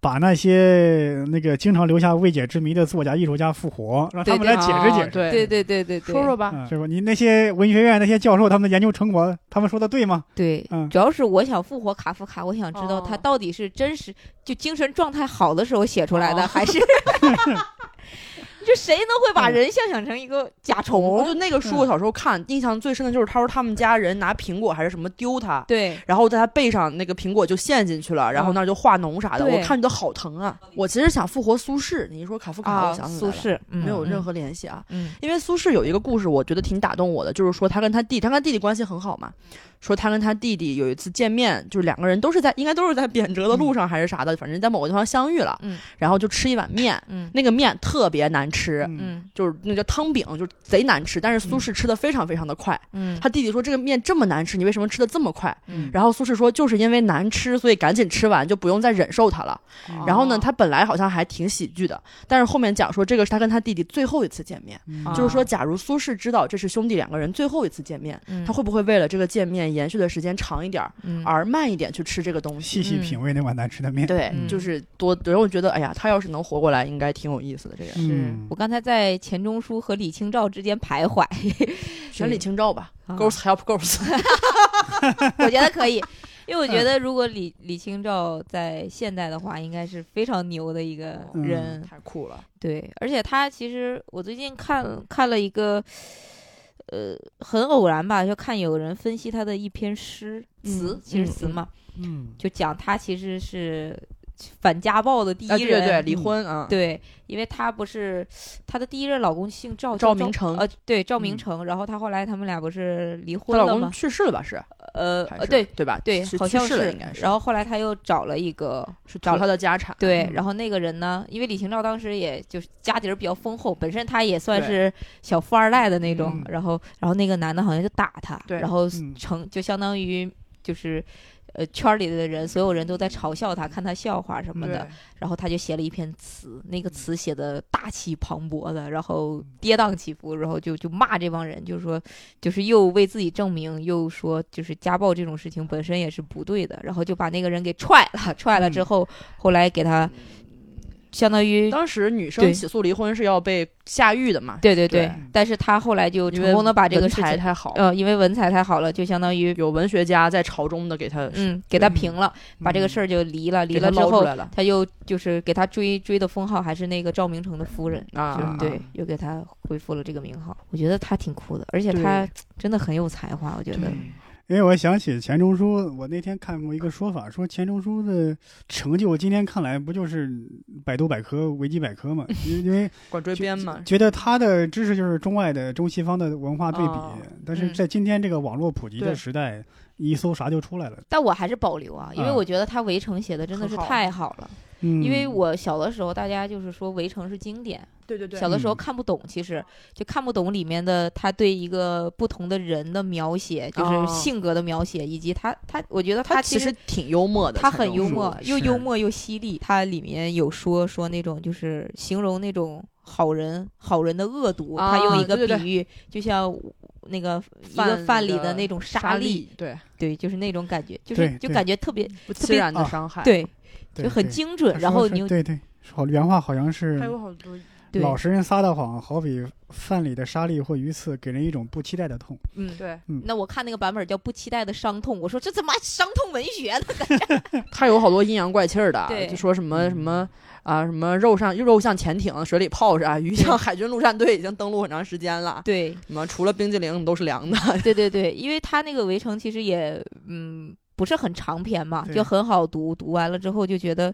Speaker 1: 把那些那个经常留下未解之谜的作家、艺术家复活，让他们来解释解释。
Speaker 3: 对啊
Speaker 2: 对对对对对，
Speaker 3: 说说吧。
Speaker 1: 嗯，是吧？你那些文学院那些教授他们的研究成果，他们说的对吗？
Speaker 2: 对，
Speaker 1: 嗯
Speaker 2: 主要是我想复活卡夫卡，我想知道他
Speaker 3: 哦
Speaker 2: 到底是真实就精神状态好的时候写出来的，
Speaker 3: 哦
Speaker 2: 还是就谁能会把人想象成一个甲
Speaker 3: 嗯我
Speaker 2: 虫？
Speaker 3: 就那个书，我小时候看，印象最深的就是他说他们家人拿苹果还是什么丢他，
Speaker 2: 对，嗯
Speaker 3: 然后在他背上那个苹果就陷进去了，然后那儿就化脓啥的，
Speaker 2: 对
Speaker 3: 我看着都好疼啊。我其实想复活苏轼，你一说卡夫卡，
Speaker 2: 啊，
Speaker 3: 我想起来
Speaker 2: 苏
Speaker 3: 了
Speaker 2: 轼没
Speaker 3: 没有任
Speaker 2: 何
Speaker 3: 何联系啊。
Speaker 2: 嗯
Speaker 3: 因为苏轼有一个故事，我觉得挺打动我的，就是说他跟他弟，他跟他弟弟关系很好嘛。说他跟他弟弟有一次见面，就是两个人都是在应该都是在贬谪的路上还是啥的，反正在某个地方相遇了，
Speaker 2: 嗯
Speaker 3: 然后就吃一碗面，
Speaker 2: 嗯
Speaker 3: 那个面特别难吃，
Speaker 1: 嗯
Speaker 2: 嗯
Speaker 3: 就是那叫汤饼，就是贼难吃，但是苏轼吃的非常非常的快。
Speaker 2: 嗯，
Speaker 3: 他弟弟说这个面这么难吃，你为什么吃的这么快？
Speaker 2: 嗯
Speaker 3: 然后苏轼说就是因为难吃，所以赶紧吃完就不用再忍受它了。
Speaker 1: 哦
Speaker 3: 然后呢，
Speaker 2: 哦
Speaker 3: 他本来好像还挺喜剧的，但是后面讲说这个是他跟他弟弟最后一次见面，
Speaker 1: 嗯
Speaker 2: 啊
Speaker 3: 就是说假如苏轼知道这是兄弟两个人最后一次见面，
Speaker 2: 嗯
Speaker 3: 他会不会为了这个见面延续的时间长一点儿，
Speaker 2: 嗯
Speaker 3: 而慢一点去吃这个东西？
Speaker 1: 啊细细品味那碗难吃的面。
Speaker 3: 对，
Speaker 2: 嗯
Speaker 3: 就是多，然后我觉得，哎呀，他要是能活过来，应该挺有意思的。这个人
Speaker 2: 是
Speaker 1: 嗯
Speaker 2: 我刚才在钱钟书和李清照之间徘徊，
Speaker 3: 选李清照吧
Speaker 2: 啊
Speaker 3: ，Girls Help Girls，
Speaker 2: 我觉得可 以，因为我
Speaker 3: 嗯
Speaker 2: 觉得如果李李清照在现代的话，应该是非常牛的一个
Speaker 1: 嗯
Speaker 2: 人，
Speaker 3: 太酷了。
Speaker 2: 对，而且他其实我最近看看了一个，呃，很偶然吧，就看有人分析他的一篇诗词，
Speaker 3: 嗯
Speaker 2: 其实
Speaker 3: 嗯
Speaker 2: 词嘛，
Speaker 1: 嗯
Speaker 2: 就讲他其实是反家暴的第一
Speaker 3: 啊，
Speaker 2: 人，
Speaker 3: 对对对，
Speaker 1: 嗯
Speaker 3: 离婚啊，
Speaker 2: 对，因为她不是她的第一任老公姓赵，
Speaker 3: 赵
Speaker 2: 叫
Speaker 3: 明诚
Speaker 2: 呃，对，赵明
Speaker 1: 嗯
Speaker 2: 诚。然后她后来他们俩不是离
Speaker 3: 她
Speaker 2: 婚
Speaker 3: 老
Speaker 2: 了
Speaker 3: 公
Speaker 2: 吗？
Speaker 3: 去世了吧？是，
Speaker 2: 呃
Speaker 3: 还
Speaker 2: 呃，
Speaker 3: 是
Speaker 2: 对
Speaker 3: 对吧？
Speaker 2: 对，
Speaker 3: 是
Speaker 2: 好
Speaker 3: 去
Speaker 2: 像
Speaker 3: 世了，应该是。
Speaker 2: 然后后来她又找了一个，
Speaker 3: 是
Speaker 2: 找
Speaker 3: 图他的家产，
Speaker 2: 对，
Speaker 1: 嗯
Speaker 2: 然后那个人呢，因为李清照当时也就是家底儿比较丰厚，本身她也算
Speaker 3: 对
Speaker 2: 是小富二代的那种
Speaker 1: 嗯。
Speaker 2: 然后然后那个男的好像就打她，
Speaker 3: 对
Speaker 2: 然后
Speaker 1: 嗯
Speaker 2: 成就相当于就是。呃，圈儿里的人，所有人都在嘲笑她，看她笑话什么的。
Speaker 3: 对
Speaker 2: 然后他就写了一篇词，那个
Speaker 3: 嗯
Speaker 2: 词写的大气磅礴的，然后跌宕起伏，然后就就骂这帮人，就是说，就是又为自己证明，又说就是家暴这种事情本身也是不对的，然后就把那个人给踹了，踹了之后，后来给他相当于
Speaker 3: 嗯当时女
Speaker 2: 对
Speaker 3: 生起诉离婚是要被下狱的嘛？
Speaker 2: 对对对
Speaker 3: 对，
Speaker 2: 但是他后来就
Speaker 3: 因
Speaker 2: 成
Speaker 3: 为
Speaker 2: 功的把这个
Speaker 3: 文
Speaker 2: 事
Speaker 3: 采
Speaker 2: 情，
Speaker 3: 太好，
Speaker 2: 呃，因为文采太好了，就相当于
Speaker 3: 有文学家在朝中的给他
Speaker 2: 嗯给他
Speaker 1: 嗯
Speaker 2: 平了，把这个事儿就离了，离
Speaker 3: 给他
Speaker 2: 了之
Speaker 3: 捞出
Speaker 2: 后。
Speaker 3: 来了
Speaker 2: 他又就是给他追追的封号还是那个赵明诚的夫人，
Speaker 3: 啊
Speaker 2: 就，对，又给他恢复了这个名号。我觉得他挺酷的，而且
Speaker 3: 对
Speaker 2: 他真的很有才华。我觉得
Speaker 1: 对，因为我想起钱钟书，我那天看过一个说法，说钱钟书的成就，今天看来不就是百度百科、维基百科嘛？因 因为
Speaker 3: 管锥编嘛，
Speaker 1: 觉得他的知识就是中外的中西方的文化对比，
Speaker 3: 哦
Speaker 1: 但是
Speaker 2: 嗯
Speaker 1: 在今天这个网络普及的
Speaker 3: 对
Speaker 1: 时代，一搜啥就出来了。
Speaker 2: 但我还是保留啊，因为
Speaker 1: 嗯
Speaker 2: 我觉得他《围城》写的真的是
Speaker 3: 很好
Speaker 2: 太好了。
Speaker 1: 嗯，
Speaker 2: 因为我小的时候，大家就是说《围城》是经典，
Speaker 3: 对对对
Speaker 2: 小的时候
Speaker 1: 嗯
Speaker 2: 看不懂，其实就看不懂里面的他对一个不同的人的描写，就是
Speaker 3: 哦
Speaker 2: 性格的描写，以及他他，我觉得
Speaker 3: 他
Speaker 2: 其
Speaker 3: 其
Speaker 2: 实
Speaker 3: 实挺幽默的，
Speaker 2: 他很幽
Speaker 1: 书
Speaker 2: 默，又
Speaker 1: 是
Speaker 2: 幽默又犀利。他里面有说说那种就是形容那种好人好人的恶毒，
Speaker 3: 啊
Speaker 2: 他用一个
Speaker 3: 对对对
Speaker 2: 比喻，就像那个一
Speaker 3: 饭
Speaker 2: 个饭里
Speaker 3: 里的
Speaker 2: 的那种
Speaker 3: 沙
Speaker 2: 沙粒，
Speaker 3: 粒，对，
Speaker 2: 对，就是那种感觉，就
Speaker 1: 对
Speaker 2: 是就
Speaker 1: 对
Speaker 2: 感觉特别
Speaker 3: 不
Speaker 2: 特
Speaker 3: 哦自
Speaker 2: 别
Speaker 3: 然的
Speaker 1: 啊
Speaker 3: 伤害，，
Speaker 2: 对，
Speaker 1: 对
Speaker 2: 就很
Speaker 1: 对
Speaker 2: 精
Speaker 1: 他
Speaker 2: 准。
Speaker 1: 说
Speaker 2: 然后
Speaker 1: 是
Speaker 2: 你又
Speaker 1: 对对，好原话好像是
Speaker 3: 还有好多
Speaker 2: 对，
Speaker 1: 老实人撒的谎，好比饭里的沙粒或鱼刺，给人一种不期待的痛。
Speaker 2: 嗯。
Speaker 3: 对，
Speaker 2: 那我看那个版本叫《不期待的伤痛》，我说这怎么还伤痛文学呢？
Speaker 3: 他有好多阴阳怪气儿的
Speaker 2: 对，
Speaker 3: 就说什么
Speaker 1: 嗯
Speaker 3: 什么啊，什么肉上肉像潜艇，水里泡着啊，鱼
Speaker 2: 对
Speaker 3: 像海军陆战队，已经登陆很长时间了。
Speaker 2: 对，
Speaker 3: 什么除了冰激凌，你都是凉的。
Speaker 2: 对对对，因为他那个《围城》其实也嗯不是很长篇嘛，
Speaker 1: 对
Speaker 2: 就很好读，读完了之后就觉得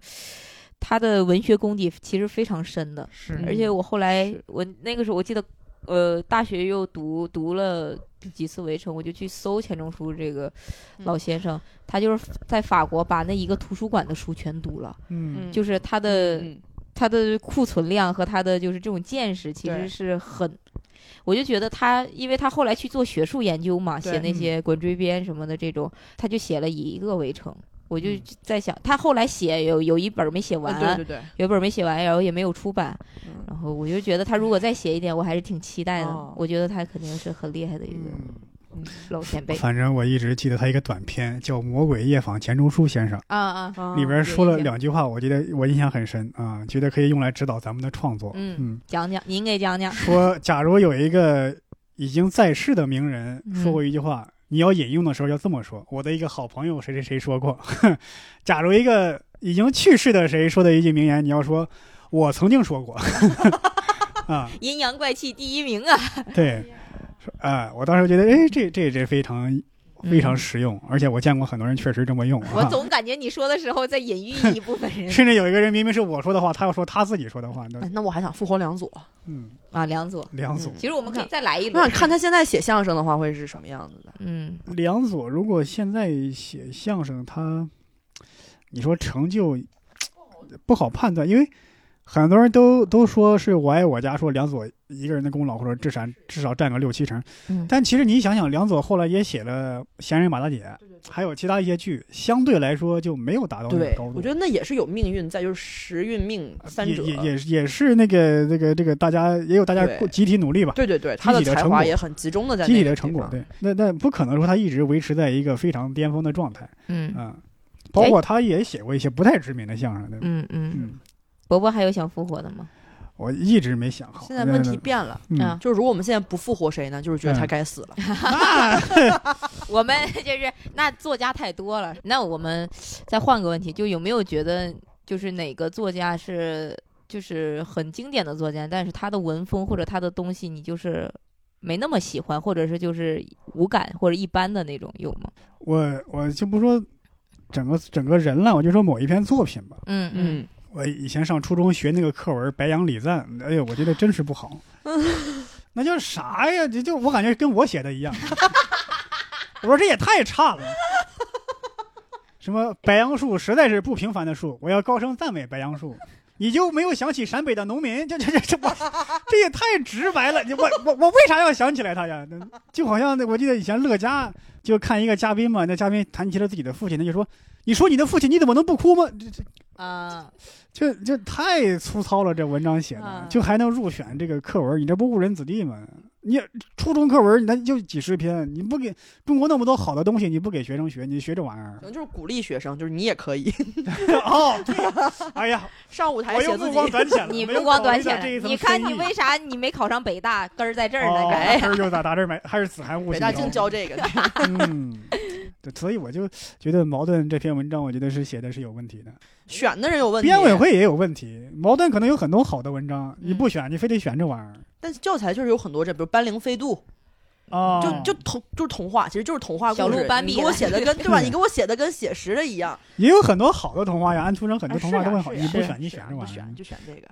Speaker 2: 他的文学功底其实非常深的。
Speaker 1: 是
Speaker 2: 而且我后来
Speaker 3: 嗯是
Speaker 2: 我那个时候我记得，呃，大学又读读了几次《围城》，我就去搜钱钟书这个老
Speaker 3: 嗯
Speaker 2: 先生，他就是在法国把那一个图书馆的书全读了，
Speaker 1: 嗯
Speaker 3: 嗯
Speaker 2: 就是他的。
Speaker 3: 嗯
Speaker 2: 他的库存量和他的就是这种见识，其实
Speaker 3: 对
Speaker 2: 是很，我就觉得他，因为他后来去做学术研究嘛，
Speaker 3: 对嗯
Speaker 2: 写那些滚锥编什么的这种，他就写了一个围城。我就
Speaker 1: 嗯
Speaker 2: 在想，他后来写有有一本没写完，
Speaker 3: 啊呃对对对，
Speaker 2: 有一本没写完，然后也没有出版，
Speaker 3: 嗯
Speaker 2: 然后我就觉得他如果再写一点，我还是挺期待的。
Speaker 3: 哦
Speaker 2: 我觉得他肯定是很厉害的一个
Speaker 1: 嗯，
Speaker 2: 老前辈。
Speaker 1: 反正我一直记得他一个短片叫《魔鬼夜访钱钟书先生》。
Speaker 2: 啊啊，
Speaker 3: 啊
Speaker 1: 里边说了
Speaker 2: 有印象
Speaker 1: 两句话，我觉得我印象很深啊、觉得可以用来指导咱们的创作。
Speaker 2: 嗯
Speaker 1: 嗯，
Speaker 2: 讲讲，您给讲讲。
Speaker 1: 说假如有一个已经在世的名人
Speaker 2: 嗯
Speaker 1: 说过一句话，你要引用的时候要这么说：我的一个好朋友谁谁谁说过。 假如一个已经去世的谁说的一句名言，你要说我曾经说过。 啊，
Speaker 2: 阴 阳怪气第一名啊！
Speaker 1: 对，说啊，我当时觉得哎，这这这非常非常实用，而且我见过很多人确实这么用
Speaker 2: 嗯我
Speaker 1: 啊。
Speaker 2: 总感觉你说的时候在隐喻一部分 人
Speaker 1: 甚至有一个人明明是我说的话，他要说他自己说的话，那
Speaker 3: 哎，那我还想复活梁左，
Speaker 1: 嗯，
Speaker 2: 啊，梁左。
Speaker 1: 梁左，
Speaker 2: 其实我们可以再来一
Speaker 3: 我想
Speaker 2: 轮，
Speaker 3: 看他现在写相声的话会是什么样子的。
Speaker 2: 嗯，
Speaker 1: 梁左如果现在写相声，他你说成就不好判断，因为很多人都都说是我爱我家，说梁左一个人的功劳，或者至少至少占个六七成。
Speaker 2: 嗯
Speaker 1: 但其实你想想，梁左后来也写了《闲人马大姐》，还有其他一些剧，相对来说就没有达到那个
Speaker 3: 对
Speaker 1: 高度。，
Speaker 3: 我觉得那也是有命运在，就是时运命三
Speaker 1: 也
Speaker 3: 者。
Speaker 1: 也也也是那个这个这个大家也有大家
Speaker 3: 对
Speaker 1: 过集体努力吧，
Speaker 3: 对对对，他的
Speaker 1: 集体的
Speaker 3: 才
Speaker 1: 成
Speaker 3: 华
Speaker 1: 果
Speaker 3: 也很集中的在
Speaker 1: 集体
Speaker 3: 那
Speaker 1: 的
Speaker 3: 个
Speaker 1: 成
Speaker 3: 地
Speaker 1: 果
Speaker 3: 方。
Speaker 1: 对。那那不可能说他一直维持在一个非常巅峰的状态。
Speaker 2: 嗯
Speaker 1: 嗯，包括他也写过一些不太知名的相声，对吧？
Speaker 2: 嗯嗯，
Speaker 1: 嗯，
Speaker 2: 伯伯还有想复活的吗？
Speaker 1: 我一直没想好。
Speaker 3: 现在问题变了，
Speaker 1: 嗯
Speaker 2: 啊，
Speaker 3: 就是如果我们现在不复活谁呢？就是觉得他该死 了。
Speaker 2: 我们就是那作家太多了，那我们再换个问题，就有没有觉得就是哪个作家是就是很经典的作家，但是他的文风或者他的东西你就是没那么喜欢，或者是就是无感或者一般的那种有吗？
Speaker 1: 我我就不说整个整个人了，我就说某一篇作品吧。
Speaker 2: 嗯嗯
Speaker 3: 嗯，
Speaker 1: 我以前上初中学那个课文《白杨礼赞》，哎呦，我觉得真是不好。那叫啥呀？这就我感觉跟我写的一样。我说这也太差了。什么白杨树实在是不平凡的树，我要高声赞美白杨树。你就没有想起陕北的农民？这这这这我这也太直白了！你我我我为啥要想起来他呀？那就好像那我记得以前乐嘉就看一个嘉宾嘛，那嘉宾谈起了自己的父亲，他就说：“你说你的父亲，你怎么能不哭吗？”这这
Speaker 2: 啊，
Speaker 1: 这这太粗糙了，这文章写的、
Speaker 2: 啊
Speaker 1: 就还能入选这个课文，你这不误人子弟吗？你初中课文那就几十篇，你不给中国那么多好的东西，你不给学生学，你学这玩意儿
Speaker 3: 可能就是鼓励学生，就是你也可以
Speaker 1: 哦，对，哎呀，
Speaker 3: 上舞台
Speaker 1: 我又
Speaker 3: 写自
Speaker 1: 目
Speaker 3: 己。
Speaker 1: 光短浅了，
Speaker 2: 你
Speaker 1: 没
Speaker 2: 目
Speaker 1: 有
Speaker 2: 光
Speaker 1: 考
Speaker 2: 短
Speaker 1: 虑到
Speaker 2: 浅
Speaker 1: 这一
Speaker 2: 了，
Speaker 1: 层
Speaker 2: 你看
Speaker 1: 深
Speaker 2: 你
Speaker 1: 意
Speaker 2: 为啥你没考上北大，根儿在这儿呢？哎
Speaker 1: 哦，
Speaker 2: 这
Speaker 1: 还是就打打这儿买，还是 子涵物
Speaker 3: 北
Speaker 1: 心
Speaker 3: 大
Speaker 1: 高。
Speaker 3: 净教这个，
Speaker 1: 嗯，对，所以我就觉得矛盾这篇文章，我觉得是写的是有问题的。
Speaker 3: 选的人有问题，
Speaker 1: 编委会也有问题，矛盾可能有很多好的文章，你
Speaker 2: 嗯
Speaker 1: 不选，你非得选这玩意儿。
Speaker 3: 但是教材确实有很多这，比如班灵废度，
Speaker 1: 哦，
Speaker 3: 就就童就是童话，其实就是童话
Speaker 2: 小
Speaker 3: 故事
Speaker 2: 鹿。斑比
Speaker 3: 你
Speaker 2: 啊
Speaker 3: 给我
Speaker 2: 了
Speaker 3: 写的跟对吧？
Speaker 1: 对
Speaker 3: 你给我写的跟写实的一样。
Speaker 1: 也有很多好的童话呀，安徒生很多
Speaker 3: 啊
Speaker 1: 童
Speaker 3: 是
Speaker 1: 话
Speaker 3: 啊
Speaker 1: 都很好，
Speaker 3: 是
Speaker 1: 你
Speaker 3: 啊
Speaker 1: 不
Speaker 3: 是啊
Speaker 1: 选你
Speaker 3: 是
Speaker 1: 选嗯
Speaker 3: 啊
Speaker 1: 这
Speaker 3: 不
Speaker 1: 玩意儿
Speaker 3: 选。就选这个。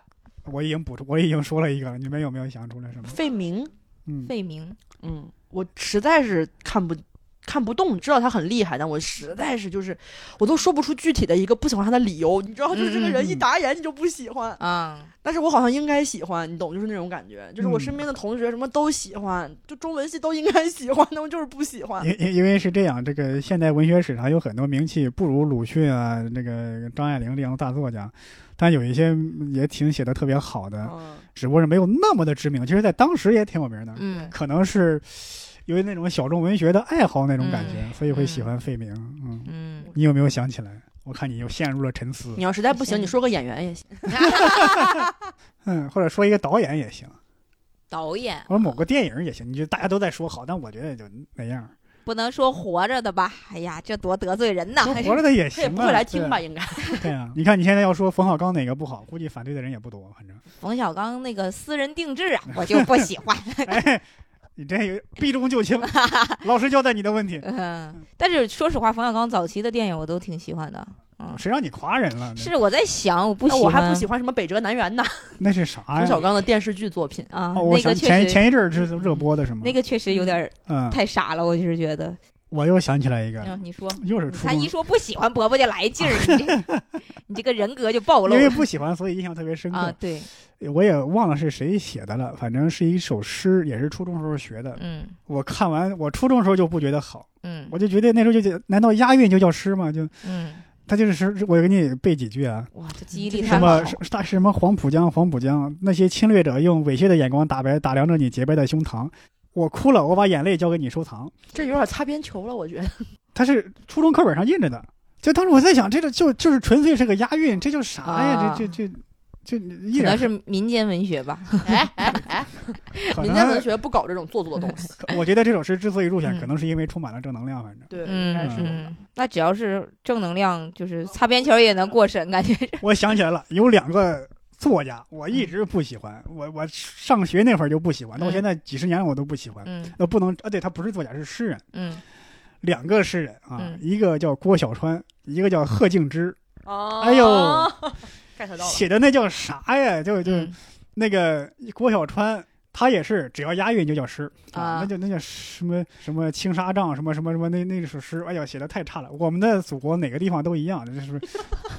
Speaker 1: 我已经补充，我已经说了一个了，你们有没有想出来什么？
Speaker 3: 费明，
Speaker 1: 嗯，
Speaker 2: 费明，
Speaker 3: 嗯，我实在是看不看不动，知道他很厉害，但我实在是就是我都说不出具体的一个不喜欢他的理由，你知道，就是这个人
Speaker 1: 嗯
Speaker 3: 一
Speaker 1: 嗯嗯
Speaker 3: 打眼你就不喜欢，
Speaker 2: 啊，
Speaker 3: 但是我好像应该喜欢，你懂，就是那种感觉，就是我
Speaker 1: 嗯
Speaker 3: 身边的同学什么都喜欢，就中文系都应该喜欢，但我就是不喜欢。
Speaker 1: 因因因为是这样，这个现代文学史上有很多名气不如鲁迅啊，那个张爱玲这样的大作家，但有一些也挺写的特别好的，
Speaker 3: 嗯，
Speaker 1: 只不过是没有那么的知名。其实，在当时也挺有名的，
Speaker 2: 嗯，
Speaker 1: 可能是由于那种小众文学的爱好那种感觉，
Speaker 2: 嗯
Speaker 1: 所以会喜欢费明。嗯，
Speaker 2: 嗯，
Speaker 1: 你有没有想起来？我看你又陷入了沉思
Speaker 3: 你。要实在不行，你说个演员也行。
Speaker 1: 嗯，或者说一个导演也行。
Speaker 2: 导演
Speaker 1: 或者某个电影也行，你就大家都在说好，但我觉得也就那样，
Speaker 2: 不能说活着的吧？哎呀，这多得罪人呐！
Speaker 1: 说活着的也
Speaker 3: 他
Speaker 1: 行
Speaker 3: 也
Speaker 1: 啊，
Speaker 3: 不会来听吧？
Speaker 1: 对啊？
Speaker 3: 应该
Speaker 1: 对啊，你看你现在要说冯小刚哪个不好，估计反对的人也不多，反正。
Speaker 2: 冯小刚那个私人定制啊，我 就不喜欢。
Speaker 1: 哎，你这有避重就 轻，老实交代你的问题，
Speaker 2: 嗯， 但是说实话，冯小刚早期的电影我都挺喜欢的。嗯，
Speaker 1: 谁让你夸人了？那
Speaker 2: 是我在想，我不
Speaker 3: 那
Speaker 2: 喜欢，
Speaker 3: 哎我还不喜欢什么北辙南辕呢，
Speaker 1: 那是啥
Speaker 3: 冯小
Speaker 1: 呀？
Speaker 3: 刚的电视剧作品。
Speaker 2: 啊。
Speaker 1: 哦，我
Speaker 2: 那
Speaker 1: 想
Speaker 2: 个
Speaker 1: 前
Speaker 2: 确实，
Speaker 1: 前一阵儿是热播的是吗？
Speaker 2: 那个确实有点儿
Speaker 1: 嗯，
Speaker 2: 太傻了，我就是觉得。
Speaker 1: 我又想起来一个，
Speaker 2: 嗯，你说，
Speaker 1: 又是初
Speaker 2: 他
Speaker 1: 中
Speaker 2: 一，说不喜欢，伯伯就来劲儿，你这 你这个人格就暴露
Speaker 1: 因为
Speaker 2: 了
Speaker 1: 不喜欢，所以印象特别深
Speaker 2: 啊！
Speaker 1: 刻。
Speaker 2: 对，
Speaker 1: 我也忘了是谁写的了，反正是一首诗，也是初中时候学的。
Speaker 2: 嗯
Speaker 1: 我看完，我初中时候就不觉得好。
Speaker 2: 嗯
Speaker 1: 我就觉得那时候就觉得，难道押韵就叫诗吗？就
Speaker 2: 嗯，
Speaker 1: 他就是诗，我给你背几句啊，
Speaker 2: 哇，这记忆力太
Speaker 1: 什
Speaker 2: 嗯好
Speaker 1: 么
Speaker 2: 了。
Speaker 1: 是大什么黄浦江，黄浦江，那些侵略者用猥亵的眼光打白打量着你洁白的胸膛，我哭了，我把眼泪交给你收藏。
Speaker 3: 这有点擦边球了，我觉得。
Speaker 1: 它是初中课本上印着的，就当时我在想，这个就就是纯粹是个押韵，这叫啥呀？
Speaker 2: 啊
Speaker 1: 这这这这一
Speaker 2: 可能
Speaker 1: 点
Speaker 2: 是民间文学吧，
Speaker 3: 哎哎哎，
Speaker 1: 可
Speaker 3: 民间文
Speaker 1: 能。
Speaker 3: 学不搞这种做作的东西。
Speaker 1: 我觉得这首诗之所以入选，
Speaker 2: 嗯
Speaker 1: 可能是因为充满了正能量，反正
Speaker 3: 对，应该
Speaker 2: 嗯
Speaker 3: 是有的。
Speaker 2: 嗯，那只要是正能量，就是擦边球也能过审，感觉 是
Speaker 1: 我想起来了，有两个作家我一直不喜欢，我我上学那会儿就不喜欢，到
Speaker 2: 嗯
Speaker 1: 现在几十年了我都不喜欢。
Speaker 2: 嗯
Speaker 1: 呃，不能啊，对他不是作家，是诗人。
Speaker 2: 嗯
Speaker 1: 两个诗人啊，
Speaker 2: 嗯
Speaker 1: 一个叫郭小川，一个叫贺敬之，
Speaker 3: 哦
Speaker 1: 哎呦
Speaker 3: ，get 到了，
Speaker 1: 写的那叫啥呀？就就、
Speaker 2: 嗯
Speaker 1: 那个郭小川，他也是只要押韵就叫诗
Speaker 2: 啊
Speaker 1: 那就那叫什么什么青纱帐，什么什么什么那那首诗，哎呀，写的太差了。我们的祖国哪个地方都一样，这是 不是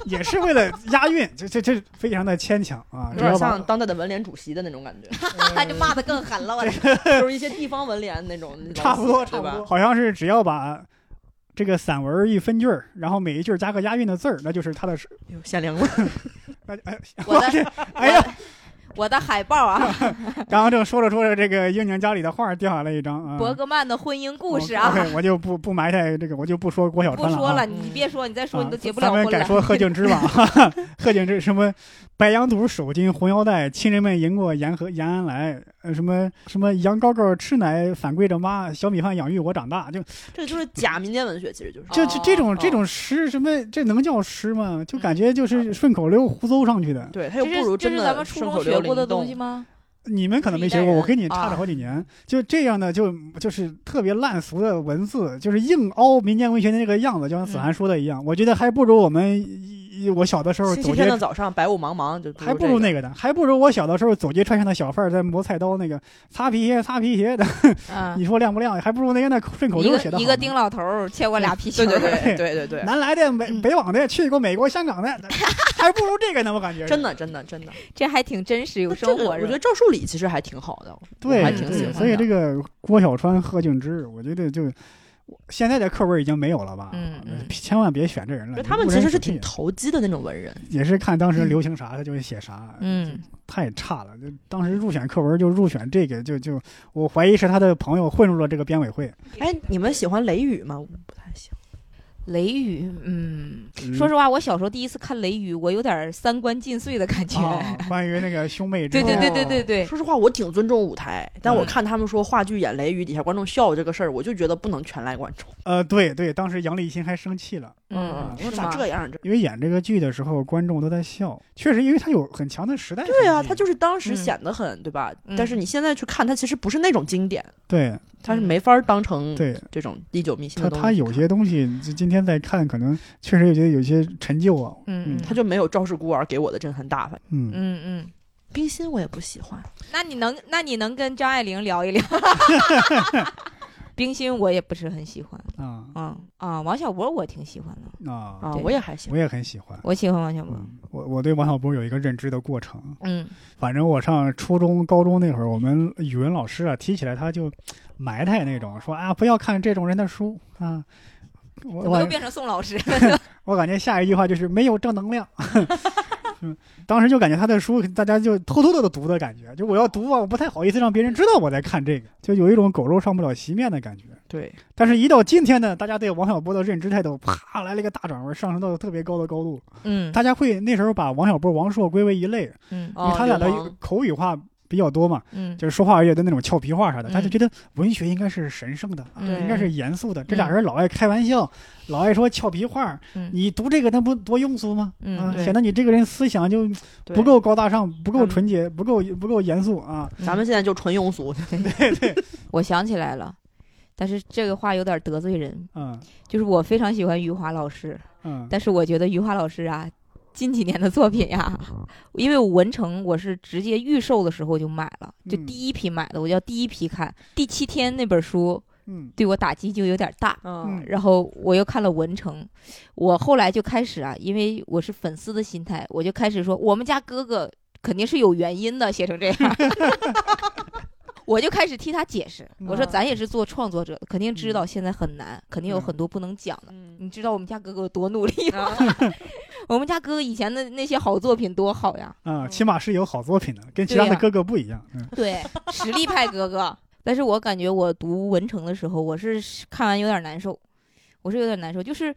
Speaker 1: 也是为了押韵？这这这非常的牵强啊，
Speaker 3: 有
Speaker 1: 只要
Speaker 3: 点
Speaker 1: 把
Speaker 3: 像当代的文联主席的那种感 觉，
Speaker 2: 他就骂的更狠了，我这
Speaker 3: 就是一些地方文联那种，你知
Speaker 1: 差
Speaker 3: 道吗
Speaker 1: 不多，差
Speaker 3: 对
Speaker 1: 不
Speaker 3: 吧
Speaker 1: 多，？好像是只要把这个散文一分句儿，然后每一句儿加个押韵的字儿，那就是他的诗。
Speaker 3: 有哎限量了，
Speaker 1: 那就哎，
Speaker 2: 我的
Speaker 1: 哎呀，
Speaker 2: 我的海报啊，
Speaker 1: 刚刚正说着说着，这个英娘家里的画儿掉下来一张
Speaker 3: 嗯
Speaker 1: 啊。
Speaker 2: 伯格曼的婚姻故事啊，
Speaker 1: OK，我就不不埋汰这个，我就不说郭小
Speaker 2: 不
Speaker 1: 川
Speaker 2: 说
Speaker 1: 了
Speaker 2: 了，
Speaker 1: 啊。
Speaker 2: 你别说，你再说
Speaker 1: 啊
Speaker 2: 你都结不了
Speaker 1: 咱
Speaker 2: 婚
Speaker 1: 们改
Speaker 2: 了。
Speaker 3: 嗯
Speaker 1: 说贺敬 之吧，哈哈贺敬之什么白羊肚、手巾、红腰带，亲人们迎过沿河延安来，呃，什么什么羊羔羔吃奶反跪着妈，小米饭养育我长大，就
Speaker 3: 这就是假民间文学，其实就是
Speaker 2: 哦嗯
Speaker 1: 就就这种这
Speaker 3: 哦
Speaker 1: 种诗，什么这能叫诗吗？就感觉就是顺口溜胡诌上去的。
Speaker 3: 对，他又
Speaker 2: 这
Speaker 3: 不如
Speaker 2: 是这
Speaker 3: 真
Speaker 2: 是
Speaker 3: 的
Speaker 2: 咱们初
Speaker 3: 顺
Speaker 2: 中
Speaker 3: 口
Speaker 2: 学
Speaker 3: 溜
Speaker 2: 过的
Speaker 3: 灵
Speaker 2: 东
Speaker 3: 动
Speaker 2: 西 吗？
Speaker 1: 你们可能没学
Speaker 2: 是一
Speaker 1: 过，
Speaker 2: 代人啊
Speaker 1: 我跟你差了好几年。就这样的，就就是特别烂俗的文字，就是硬凹民间文学的那个样子，就像
Speaker 2: 嗯
Speaker 1: 子涵说的一样，我觉得还不如我们一一我小的时候
Speaker 3: 星期
Speaker 1: 走
Speaker 3: 天
Speaker 1: 街
Speaker 3: 的，早上，白雾茫茫，就
Speaker 1: 还
Speaker 3: 不
Speaker 1: 不如
Speaker 3: 这
Speaker 1: 那个呢，还不如我小的时候走街串巷的小贩儿在磨菜刀那个擦皮鞋擦皮鞋的，
Speaker 2: 啊，
Speaker 1: 你说亮不亮？还不如那个那顺口
Speaker 2: 一
Speaker 1: 溜
Speaker 2: 个
Speaker 1: 写的好呢。
Speaker 2: 一个丁老头儿欠我俩皮球
Speaker 3: 个
Speaker 2: 儿，
Speaker 3: 对对对对对对，
Speaker 1: 南来的北
Speaker 2: 嗯
Speaker 1: 北往的去过美国香 港的，还不如这个呢，我感觉是
Speaker 3: 真的真的真的。
Speaker 2: 这还挺真实，有
Speaker 3: 那
Speaker 2: 生
Speaker 3: 这个
Speaker 2: 活
Speaker 3: 我觉
Speaker 2: 着
Speaker 3: 得。赵树理其实还挺好的，
Speaker 1: 对，
Speaker 3: 我还挺
Speaker 1: 对
Speaker 3: 喜欢的。
Speaker 1: 所以这个郭小川、贺敬之，我觉得就现在的课文已经没有了吧？
Speaker 2: 嗯嗯
Speaker 1: 千万别选这人
Speaker 3: 我
Speaker 1: 了
Speaker 3: 觉得。他们
Speaker 1: 误
Speaker 3: 其
Speaker 1: 人
Speaker 3: 实
Speaker 1: 子
Speaker 3: 是
Speaker 1: 弟
Speaker 3: 挺嗯投机的那种文人，
Speaker 1: 也是看当时流行啥，他就写啥。
Speaker 2: 嗯，
Speaker 1: 太差了。就当时入选课文就入选这个，就就我怀疑是他的朋友混入了这个编委会。
Speaker 3: 哎，你们喜欢《雷雨》吗？我不太喜欢。
Speaker 2: 雷雨，嗯，说实话，我小时候第一次看雷雨，我有点儿三观尽碎的感 觉。
Speaker 3: 哦
Speaker 1: 啊，关于那个兄妹之
Speaker 2: 对对
Speaker 1: 间
Speaker 2: 对对对对，
Speaker 3: 说实话，我挺尊重舞台，但
Speaker 2: 嗯
Speaker 3: 我看他们说话剧演《雷雨》，底下观众笑这个事儿，我就觉得不能全赖观众。
Speaker 1: 呃，对对，当时杨立新还生气了。
Speaker 2: 嗯，
Speaker 3: 我说
Speaker 2: 是
Speaker 3: 咋
Speaker 2: 吗
Speaker 3: 这样？这
Speaker 1: 因为演这个剧的时候，观众都在笑，确实，因为他有很强的时代痕迹。
Speaker 3: 对啊，他就是当时
Speaker 2: 嗯
Speaker 3: 显得很对吧？
Speaker 2: 嗯
Speaker 3: 但是你现在去看，它其实不是那种经典，
Speaker 1: 对
Speaker 3: 它是没法儿当成
Speaker 1: 对，
Speaker 3: 嗯这种历久弥新
Speaker 1: 他
Speaker 3: 的东西。
Speaker 1: 他有些东西，就今天再看，可能确实也觉得有些陈旧啊。
Speaker 2: 嗯嗯，
Speaker 3: 他就没有《赵氏孤儿》给我的震撼大，反正
Speaker 1: 嗯，
Speaker 2: 嗯嗯，
Speaker 3: 冰心我也不喜欢。
Speaker 2: 那你能那你能跟张爱玲聊一聊？ 冰心我也不是很喜欢，
Speaker 1: 啊
Speaker 2: 嗯啊，王小波我挺喜欢的，
Speaker 1: 啊，
Speaker 3: 啊，
Speaker 2: 对
Speaker 3: 我也还行
Speaker 1: 我。也很喜欢。
Speaker 2: 我喜欢王小波，
Speaker 1: 嗯，我我对王小波有一个认知的过程。
Speaker 2: 嗯
Speaker 1: 反正我上初中、高中那会儿，我们语文老师啊，提起来他就埋汰那种，说啊，不要看这种人的书啊。我
Speaker 2: 怎么又
Speaker 1: 我
Speaker 2: 变成宋老 师？
Speaker 1: 我感觉下一句话就是没有正能量。 嗯，当时就感觉他的书，大家就偷偷的读的感觉，就我要读啊，我不太好意思让别人知道我在看这个，就有一种狗肉上不了席面的感觉。
Speaker 3: 对，
Speaker 1: 但是，一到今天呢，大家对王小波的认知态度啪来了一个大转弯，上升到了特别高的高度。
Speaker 2: 嗯
Speaker 1: 大家会那时候把王小波、王朔归为一类，因
Speaker 2: 嗯
Speaker 3: 哦
Speaker 1: 为他俩的
Speaker 3: 流氓
Speaker 1: 口语化比较多嘛，
Speaker 2: 嗯
Speaker 1: 就是说话也的那种俏皮话啥的，
Speaker 2: 嗯
Speaker 1: 他就觉得文学应该是神圣的，啊
Speaker 2: 嗯
Speaker 1: 应该是严肃的。这俩人老爱开玩笑，老爱说俏皮话，
Speaker 2: 嗯
Speaker 1: 你读这个那不多庸俗吗？
Speaker 2: 嗯
Speaker 1: 啊，
Speaker 3: 对
Speaker 1: 显得你这个人思想就
Speaker 3: 对
Speaker 1: 不够高大上，不够
Speaker 3: 嗯
Speaker 1: 纯洁，不够不够严肃啊。
Speaker 3: 咱们现在就纯庸俗，
Speaker 2: 我想起来了，但是这个话有点得罪人。
Speaker 1: 嗯
Speaker 2: 就是我非常喜欢余华老师，
Speaker 1: 嗯
Speaker 2: 但是我觉得余华老师啊，近几年的作品呀、
Speaker 1: 嗯
Speaker 2: 因为我文成我是直接预售的时候就买了，就
Speaker 1: 嗯
Speaker 2: 第一批买的，我叫第一批看。第七天那本书
Speaker 1: 嗯
Speaker 2: 对我打击就有点大，
Speaker 1: 嗯
Speaker 3: 嗯，
Speaker 2: 然后我又看了文成，我后来就开始啊，因为我是粉丝的心态，我就开始说我们家哥哥肯定是有原因的，写成这 样。我就开始替他解释，我说
Speaker 3: 嗯
Speaker 2: 咱也是做创作者的，肯定知
Speaker 1: 嗯
Speaker 2: 道现在很难，肯定有很多不能讲的。
Speaker 3: 嗯
Speaker 2: 你知道我们家哥哥有多努力吗？
Speaker 3: 啊
Speaker 2: 我们家哥哥以前的那些好作品多好呀，
Speaker 1: 啊，起码是有好作品的，跟其他
Speaker 2: 嗯对
Speaker 1: 的
Speaker 2: 呀
Speaker 1: 哥哥不一样。嗯
Speaker 2: 对，实力派哥哥。但是我感觉我读文成的时候，我是看完有点难受，我是有点难受，就是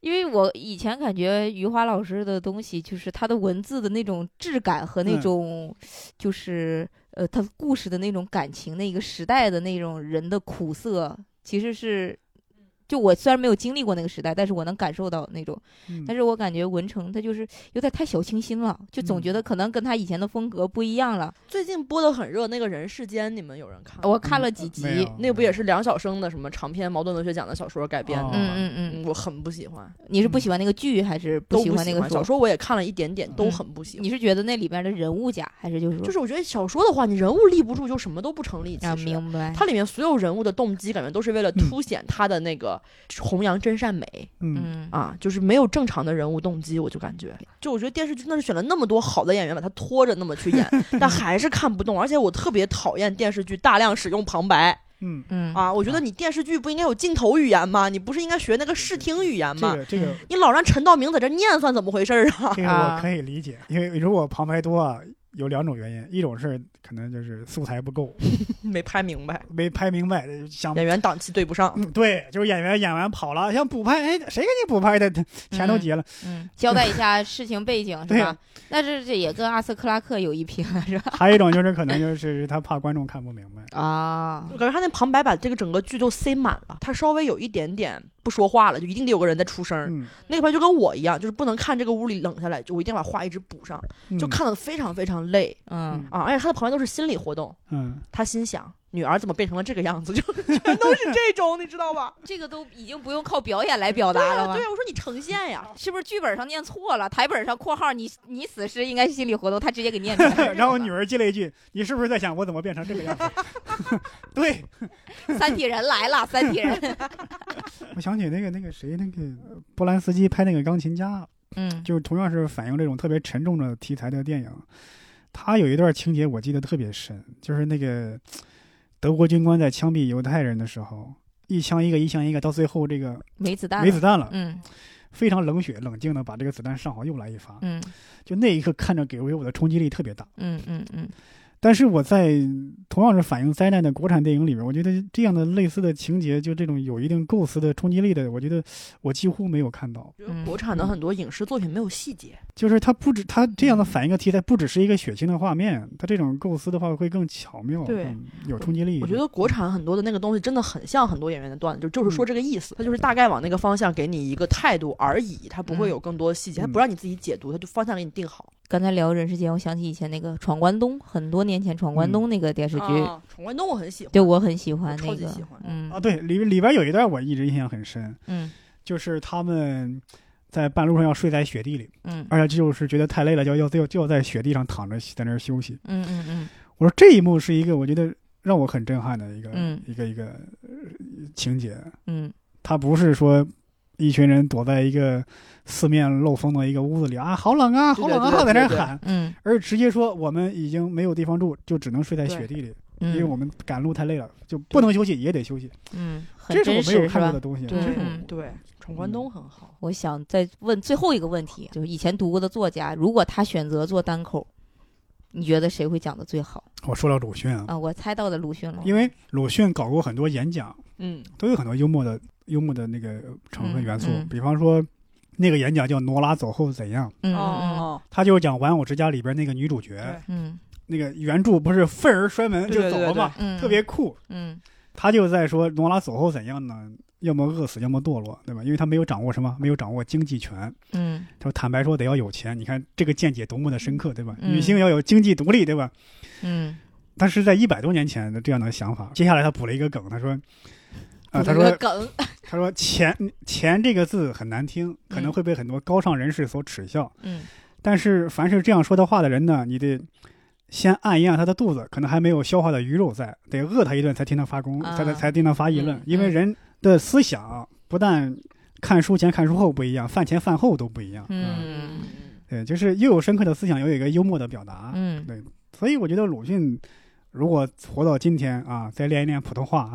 Speaker 2: 因为我以前感觉余华老师的东西，就是他的文字的那种质感和那
Speaker 1: 嗯
Speaker 2: 种，就是呃，他故事的那种感情，那个时代的那种人的苦涩，其实是就我虽然没有经历过那个时代，但是我能感受到那种。
Speaker 3: 嗯
Speaker 2: 但
Speaker 1: 是
Speaker 2: 是我感觉文成他就是有点太小清新了，就总觉
Speaker 1: 嗯
Speaker 2: 得可能跟他以前的风格不一样了。
Speaker 3: 最近播的很热那个人世间，你们有人看吗？
Speaker 2: 我看
Speaker 1: 嗯
Speaker 2: 了几集，
Speaker 3: 那不也是梁晓声的什么长篇矛盾文学奖的小说改编的
Speaker 1: 哦
Speaker 2: 嗯
Speaker 3: 吗？
Speaker 2: 嗯嗯，
Speaker 3: 嗯，我很不喜欢，
Speaker 2: 你是不喜欢那个剧还是
Speaker 3: 都
Speaker 2: 喜
Speaker 3: 不
Speaker 2: 欢那个
Speaker 3: 小说我也看了一点点，都
Speaker 2: 嗯
Speaker 3: 很不喜欢。
Speaker 2: 你是觉得那里边的人物假，还是就是说
Speaker 3: 就是我觉得小说的话，你人物立不住，就什么都不成立。其
Speaker 2: 嗯啊，
Speaker 3: 实
Speaker 2: 明白？
Speaker 3: 它里面所有人物的动机，感觉都是为了
Speaker 1: 嗯
Speaker 3: 凸显他的那个弘扬真善美。
Speaker 1: 嗯
Speaker 2: 嗯
Speaker 3: 啊，就是没有正常的人物动机，我就感觉，就我觉得电视剧那是选了那么多好的演员把他拖着那么去 演，但还是看不动，而且我特别讨厌电视剧大量使用旁白
Speaker 1: 嗯，
Speaker 2: 嗯
Speaker 3: 啊，我觉得你电视剧不应该有镜头语言吗？你不是应该学那个视听语言
Speaker 1: 这
Speaker 3: 吗？
Speaker 1: 个 这个
Speaker 3: 你老让陈道明在这念算怎么回事儿啊？
Speaker 1: 这个我可以理解，因为如果旁白多啊，有两种原因，一种是可能就是素材不够，
Speaker 3: 没拍明白，
Speaker 1: 没拍明白，想
Speaker 3: 演员档期对不上。
Speaker 1: 嗯，对，就是演员演完跑了，想补拍，哎，谁给你补拍的？钱都结了，
Speaker 2: 嗯，交代一下事情背景
Speaker 1: 对
Speaker 2: 是
Speaker 1: 呀
Speaker 2: 吧？但是这也跟阿瑟克拉克有一拼是 吧？
Speaker 1: 还有一种就是可能就是他怕观众看不明白，
Speaker 2: 啊
Speaker 3: 我，感觉他那旁白把这个整个剧都塞满了，他稍微有一点点不说话了，就一定得有个人在出声儿。
Speaker 1: 嗯，
Speaker 3: 那个边就跟我一样，就是不能看这个屋里冷下来，就我一定要把话一直补上。
Speaker 1: 嗯
Speaker 3: 就，看得非常非常累
Speaker 2: 嗯，
Speaker 3: 啊！而且他的旁边都是心理活动，
Speaker 1: 嗯，。
Speaker 3: 他心想女儿怎么变成了这个样子，就 全都是这种，你知道吧？
Speaker 2: 这个都已经不用靠表演来表
Speaker 3: 对
Speaker 2: 达
Speaker 3: 呀、
Speaker 2: 了吧
Speaker 3: 对？啊呀、我说你呈现呀，
Speaker 2: 是不是剧本上念错了？台本上括号你你死是应该是心理活动，他直接给念出来
Speaker 1: 然后女儿接了一句：“你是不是在想我怎么变成这个样子？” 对，
Speaker 2: 三体人来了，三体人。
Speaker 1: 我想起那个那个谁，那个波兰斯基拍那个《钢琴家》，
Speaker 2: 嗯
Speaker 1: 就是同样是反映这种特别沉重的题材的电影。他有一段情节我记得特别深，就是那个德国军官在枪毙犹太人的时候，一枪一个，一枪一个，到最后这个
Speaker 2: 没子弹了，
Speaker 1: 没子弹了，
Speaker 2: 嗯
Speaker 1: 非常冷血冷静的把这个子弹上好又来一发，
Speaker 2: 嗯
Speaker 1: 就那一刻看着给我的冲击力特别大。
Speaker 2: 嗯嗯嗯
Speaker 1: 但是我在同样是反映灾难的国产电影里面，我觉得这样的类似的情节，就这种有一定构思的冲击力的，我觉得我几乎没有看到。
Speaker 3: 觉得
Speaker 2: 嗯
Speaker 3: 国产的很多影视作品没有细节，
Speaker 1: 就是它不止它这样的反映个题材，不只是一个血腥的画面，它这种构思的话会更巧妙，
Speaker 3: 对
Speaker 1: 更有冲击力。
Speaker 3: 我觉得国产很多的那个东西真的很像很多演员的段子，就就是说这个意思，他就是大概往那个方向给你一个态度而已，他不会有更多的细节，
Speaker 1: 嗯
Speaker 3: 他不让你自己解读，他就方向给你定好。
Speaker 2: 刚才聊人世间，我想起以前那个《闯关东》，很多年前《闯关东》那个电视剧，
Speaker 3: 啊，闯关东我很喜欢，
Speaker 2: 哦对我很喜欢
Speaker 3: 我超
Speaker 2: 那
Speaker 3: 级
Speaker 2: 个
Speaker 3: 喜欢，
Speaker 2: 嗯
Speaker 1: 啊，对里里边有一段我一直印象很深，
Speaker 2: 嗯
Speaker 1: 就是他们在半路上要睡在雪地里，
Speaker 2: 嗯
Speaker 1: 而且就是觉得太累了，就要就要就要在雪地上躺着在那儿休息。
Speaker 2: 嗯嗯嗯
Speaker 1: 我说这一幕是一个我觉得让我很震撼的一个、
Speaker 2: 嗯
Speaker 1: 一个一个呃情节，
Speaker 2: 嗯
Speaker 1: 它不是说。一群人躲在一个四面漏风的一个屋子里啊，好冷啊，
Speaker 3: 对
Speaker 1: 好
Speaker 3: 的
Speaker 1: 冷啊，在
Speaker 3: 对的
Speaker 1: 那儿
Speaker 3: 对的
Speaker 1: 喊，
Speaker 2: 嗯
Speaker 1: 而直接说我们已经没有地方住，就只能睡在雪地里，因为
Speaker 2: 嗯
Speaker 1: 我们赶路太累了，就不能休息也得休息。
Speaker 2: 嗯，很
Speaker 1: 这是
Speaker 2: 真
Speaker 1: 我没有
Speaker 2: 实是
Speaker 1: 看过
Speaker 2: 吧
Speaker 1: 的？东西，
Speaker 2: 对
Speaker 1: 这是
Speaker 2: 嗯
Speaker 1: 我
Speaker 3: 对，闯关东很好。
Speaker 2: 我想再问最后一个问题，就是以前读过的作家，如果他选择做单口，你觉得谁会讲的最好
Speaker 1: 我说到鲁迅啊，
Speaker 2: 啊？我猜到的鲁迅了，
Speaker 1: 因为鲁迅搞过很多演讲，
Speaker 3: 嗯，
Speaker 1: 都有很多幽默的幽默的那个成分元素，
Speaker 2: 嗯嗯
Speaker 1: 比方说那个演讲叫《挪拉走后怎样》。
Speaker 2: 嗯
Speaker 3: 哦
Speaker 2: 嗯
Speaker 3: 哦
Speaker 1: 他就是讲《玩偶之家》里边那个女主角
Speaker 3: 对，
Speaker 2: 嗯
Speaker 1: 那个原著不是愤而摔门
Speaker 3: 对
Speaker 1: 就
Speaker 3: 对
Speaker 1: 走
Speaker 3: 对
Speaker 1: 了嘛，
Speaker 2: 嗯，
Speaker 1: 特别酷。
Speaker 2: 嗯
Speaker 1: 他就在说罗拉走后怎样呢？要么饿死，要么堕落，对吧？因为他没有掌握什么，没有掌握经济权。
Speaker 2: 嗯
Speaker 1: 他说坦白说得要有钱，你看这个见解多么的深刻，对吧？
Speaker 2: 嗯
Speaker 1: 女性要有经济独立，对吧？
Speaker 2: 嗯，
Speaker 1: 他是在一百多年前的这样的想法。接下来他补了一个梗，他说，啊、他
Speaker 2: 补了个
Speaker 1: 说
Speaker 2: 梗，
Speaker 1: 他说钱钱这个字很难听，可能
Speaker 2: 嗯
Speaker 1: 会被很多高尚人士所耻笑。
Speaker 2: 嗯
Speaker 1: 但是凡是这样说的话的人呢，你得先按一按他的肚子，可能还没有消化的鱼肉在，得饿他一顿才听他发功，
Speaker 2: 啊
Speaker 1: 才才才听他发议论。
Speaker 2: 嗯
Speaker 1: 因为人的思想不但看书前看书后不一样，饭前饭后都不一样。
Speaker 2: 嗯
Speaker 1: 对，就是又有深刻的思想，又有一个幽默的表达。
Speaker 2: 嗯
Speaker 1: 所以我觉得鲁迅如果活到今天啊，再练一练普通 话，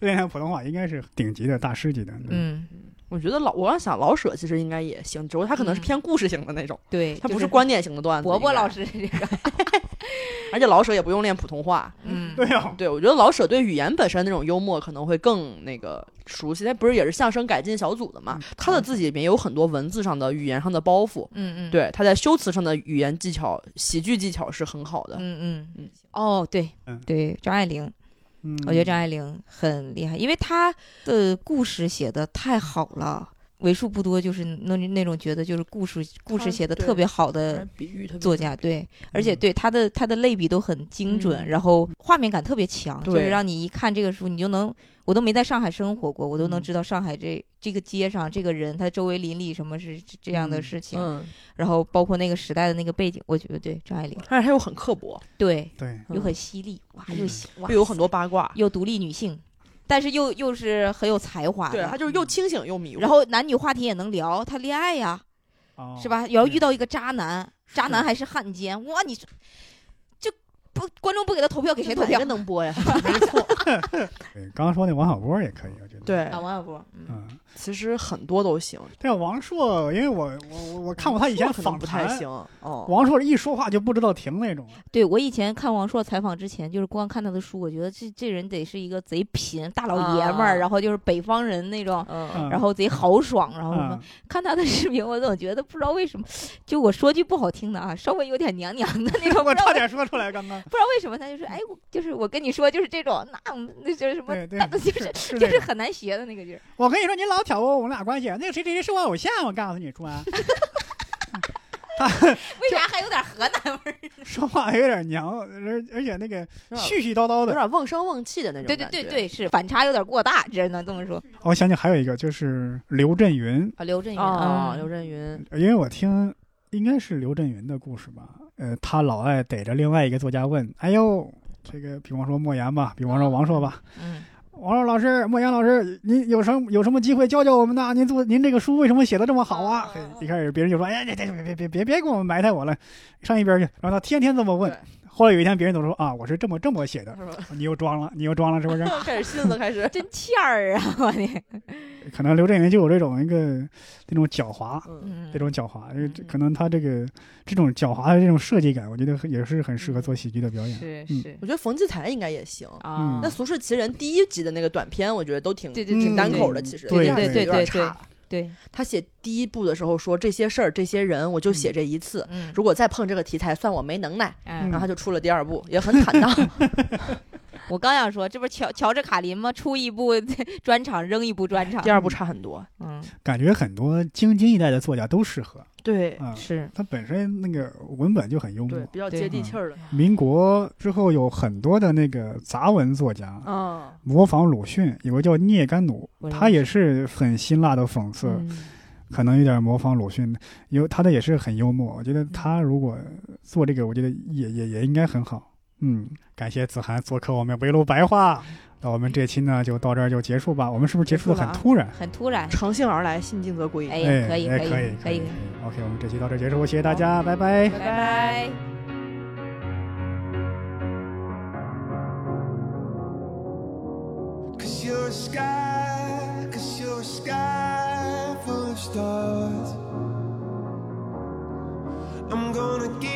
Speaker 1: 练一练普通话，应该是顶级的大师级的。
Speaker 2: 嗯，
Speaker 3: 我觉得老我要想老舍其实应该也行，只不过他可能是
Speaker 2: 嗯
Speaker 3: 偏故事型的那种，
Speaker 2: 对，
Speaker 3: 他
Speaker 2: 就
Speaker 3: 不是观点型的段子。
Speaker 2: 伯伯
Speaker 3: 应该
Speaker 2: 老，师这 个，
Speaker 3: 而且老舍也不用练普通话。
Speaker 2: 嗯
Speaker 1: 对呀、啊
Speaker 3: 对，我觉得老舍对语言本身那种幽默可能会更那个熟悉。他不是也是相声改进小组的嘛？
Speaker 2: 嗯
Speaker 3: 他的自己里面有很多文字上的、语言上的包袱。
Speaker 2: 嗯嗯，。
Speaker 3: 对，他在修辞上的语言技巧、喜剧技巧是很好的。
Speaker 2: 嗯嗯
Speaker 3: 嗯
Speaker 2: 嗯，哦，对
Speaker 1: 嗯
Speaker 2: 对，张爱玲，
Speaker 1: 嗯
Speaker 2: 我觉得张爱玲很厉害，因为她的故事写的太好了，为数不多就是那那种觉得就是故事故事
Speaker 3: 她
Speaker 2: 写的
Speaker 3: 对
Speaker 2: 特别好的
Speaker 3: 比喻特别
Speaker 2: 作家，对，而且
Speaker 1: 嗯
Speaker 2: 对她的她的类比都很精准，
Speaker 3: 嗯
Speaker 2: 然后画面感特别强，就是
Speaker 3: 对
Speaker 2: 让你一看这个书，你就能，我都没在上海生活过，我都能
Speaker 1: 嗯
Speaker 2: 知道上海这、这个街上这个人他周围邻里什么是这这样的
Speaker 1: 嗯
Speaker 2: 事情，
Speaker 3: 嗯，
Speaker 2: 然后包括那个时代的那个背景，我觉得对张爱玲
Speaker 3: 但是他又很刻薄，
Speaker 2: 对
Speaker 1: 对，
Speaker 2: 又
Speaker 3: 嗯
Speaker 2: 很犀利，哇，又
Speaker 1: 嗯
Speaker 2: 喜哇
Speaker 3: 又有很多八卦，
Speaker 2: 又独立女性，但是又又是很有才华
Speaker 3: 对
Speaker 2: 的
Speaker 3: 他。就是又清醒又迷糊，
Speaker 2: 啊然后男女话题也能聊，他恋爱呀、
Speaker 1: 哦
Speaker 2: 是吧？然后
Speaker 1: 对
Speaker 2: 遇到一个渣男，渣男
Speaker 1: 是
Speaker 2: 还是汉奸，哇，你说就不观众不给他投票，给
Speaker 3: 这
Speaker 2: 谁投
Speaker 3: 哪
Speaker 2: 票
Speaker 3: 个？能播呀？
Speaker 1: 没错。对，刚刚说那王小波也可以，我觉得。，
Speaker 3: 对
Speaker 2: 啊，，王小波，嗯，
Speaker 1: 嗯，
Speaker 3: 其实很多都行，
Speaker 1: 但王朔，因为我我我我看过他以前
Speaker 3: 说可能
Speaker 1: 访
Speaker 3: 不太
Speaker 1: 谈，
Speaker 3: 行哦。
Speaker 1: 王朔一说话就不知道停那种。
Speaker 2: 对我以前看王朔采访之前，就是光看他的书，我觉得这这人得是一个贼贫大老爷们儿，
Speaker 3: 啊
Speaker 2: 然后就是北方人那种，
Speaker 3: 嗯
Speaker 1: 嗯
Speaker 2: 然后贼豪爽，然
Speaker 3: 哦
Speaker 2: 后什么
Speaker 1: 嗯，
Speaker 2: 看他的视频，我总觉得不知道为什么，就我说句不好听的啊，稍微有点娘娘的 那种，
Speaker 1: 我
Speaker 2: 不知道
Speaker 1: 差点说出来，刚刚。
Speaker 2: 不知道为什么他就说，哎，我就是我跟你说，就是这种，那嗯那就是什么，
Speaker 1: 对对
Speaker 2: 那，就是
Speaker 1: 是
Speaker 2: 就
Speaker 1: 这
Speaker 2: 是
Speaker 1: 种
Speaker 2: 很难学的那个劲儿。
Speaker 1: 我跟你说，你老挑拨我们俩关系，啊那个谁谁谁是我偶像，我告诉你，啊川
Speaker 2: 为啥还有点河南味儿？
Speaker 1: 说话有点娘，而而且那个
Speaker 3: 有点
Speaker 1: 絮絮叨叨
Speaker 3: 有
Speaker 1: 的。
Speaker 3: 点瓮声瓮气的那种
Speaker 2: 对
Speaker 3: 感
Speaker 2: 对
Speaker 3: 觉。
Speaker 2: 对对，是反差有点过大，只能这么说。
Speaker 1: 我想起还有一个就是刘震云，
Speaker 2: 啊，刘震云
Speaker 3: 啊，刘
Speaker 2: 震
Speaker 3: 震云，
Speaker 1: 因为我听应该是刘震云的故事吧，呃，他老爱逮着另外一个作家问，哎呦，这个比方说莫言吧，比方说王朔吧，
Speaker 2: 嗯，
Speaker 1: 王朔老师，莫言老师，您有什么有什么机会教教我们呢？您做您这个书为什么写的这么好啊？
Speaker 2: 嗯嗯嗯
Speaker 1: 一开始别人就说，哎，别别别别别别给我们埋汰我了，上一边去。然后他天天这么问
Speaker 3: 对，
Speaker 1: 后来有一天别人都说啊，我是这么这么写的，
Speaker 3: 是吧
Speaker 1: 你又装了，你又装了，是不是？
Speaker 3: 开始信了，开 始。
Speaker 2: 真欠儿啊，我的，
Speaker 1: 可能刘震云就有这种一个这种狡猾，
Speaker 3: 嗯，
Speaker 2: 嗯
Speaker 1: 这，种狡猾，因为这
Speaker 2: 嗯
Speaker 1: 可能他这个这种狡猾的这种设计感，我觉得很也是很适合做喜剧的表演。
Speaker 2: 是
Speaker 1: 嗯
Speaker 2: 是
Speaker 3: 我觉得冯骥才应该也行。
Speaker 2: 啊
Speaker 1: 嗯，
Speaker 3: 那《俗世奇人》第一集的那个短片，我觉得都挺
Speaker 2: 对对对
Speaker 3: 挺单
Speaker 1: 对
Speaker 3: 口的，其实
Speaker 1: 对
Speaker 3: 这样
Speaker 1: 对
Speaker 3: 子
Speaker 1: 对
Speaker 3: 有点
Speaker 2: 对对
Speaker 3: 差。
Speaker 2: 对，
Speaker 3: 他写第一部的时候说这些事儿、这些人，我就写这一次，
Speaker 2: 嗯，
Speaker 3: 如果再碰这个题材，算我没能耐。
Speaker 2: 嗯
Speaker 3: 然后他就出了第二部，也很坦荡。
Speaker 2: 我刚想说，这不是乔乔治卡林吗？出一部 专场扔一部专场
Speaker 3: 第，二部差很多。
Speaker 2: 嗯，
Speaker 1: 感觉很多京津一带的作家都适合
Speaker 3: 对
Speaker 1: 啊、
Speaker 2: 是
Speaker 1: 他本身那个文本就很幽
Speaker 3: 对
Speaker 1: 默，。
Speaker 3: 比较
Speaker 2: 对
Speaker 3: 接地气儿的。
Speaker 1: 民国之后有很多的那个杂文作家。
Speaker 3: 嗯，
Speaker 1: 模仿鲁迅，有个叫聂甘努
Speaker 2: 我，认识
Speaker 1: 他也是很辛辣的讽刺，
Speaker 2: 嗯
Speaker 1: 可能有点模仿鲁迅，有他的也是很幽默。我觉
Speaker 2: 嗯
Speaker 1: 得他如果做这个，我觉得也也也应该很好。嗯，感谢子涵做客我们围炉白 话，那我们这期呢就到这儿就结束吧。我们是不是结束的很突然？
Speaker 2: 很突然，
Speaker 3: 乘兴而来，兴尽则归。
Speaker 2: 哎，
Speaker 1: 哎，
Speaker 2: 啊可以
Speaker 1: 哎
Speaker 2: 可以
Speaker 1: 可以
Speaker 2: 可以，
Speaker 1: OK，我们这期到这儿结束，谢谢大家，拜拜。
Speaker 2: 拜
Speaker 3: 拜
Speaker 2: 拜。
Speaker 4: Cause you're a sky, cause you're a sky full of stars. I'm gonna give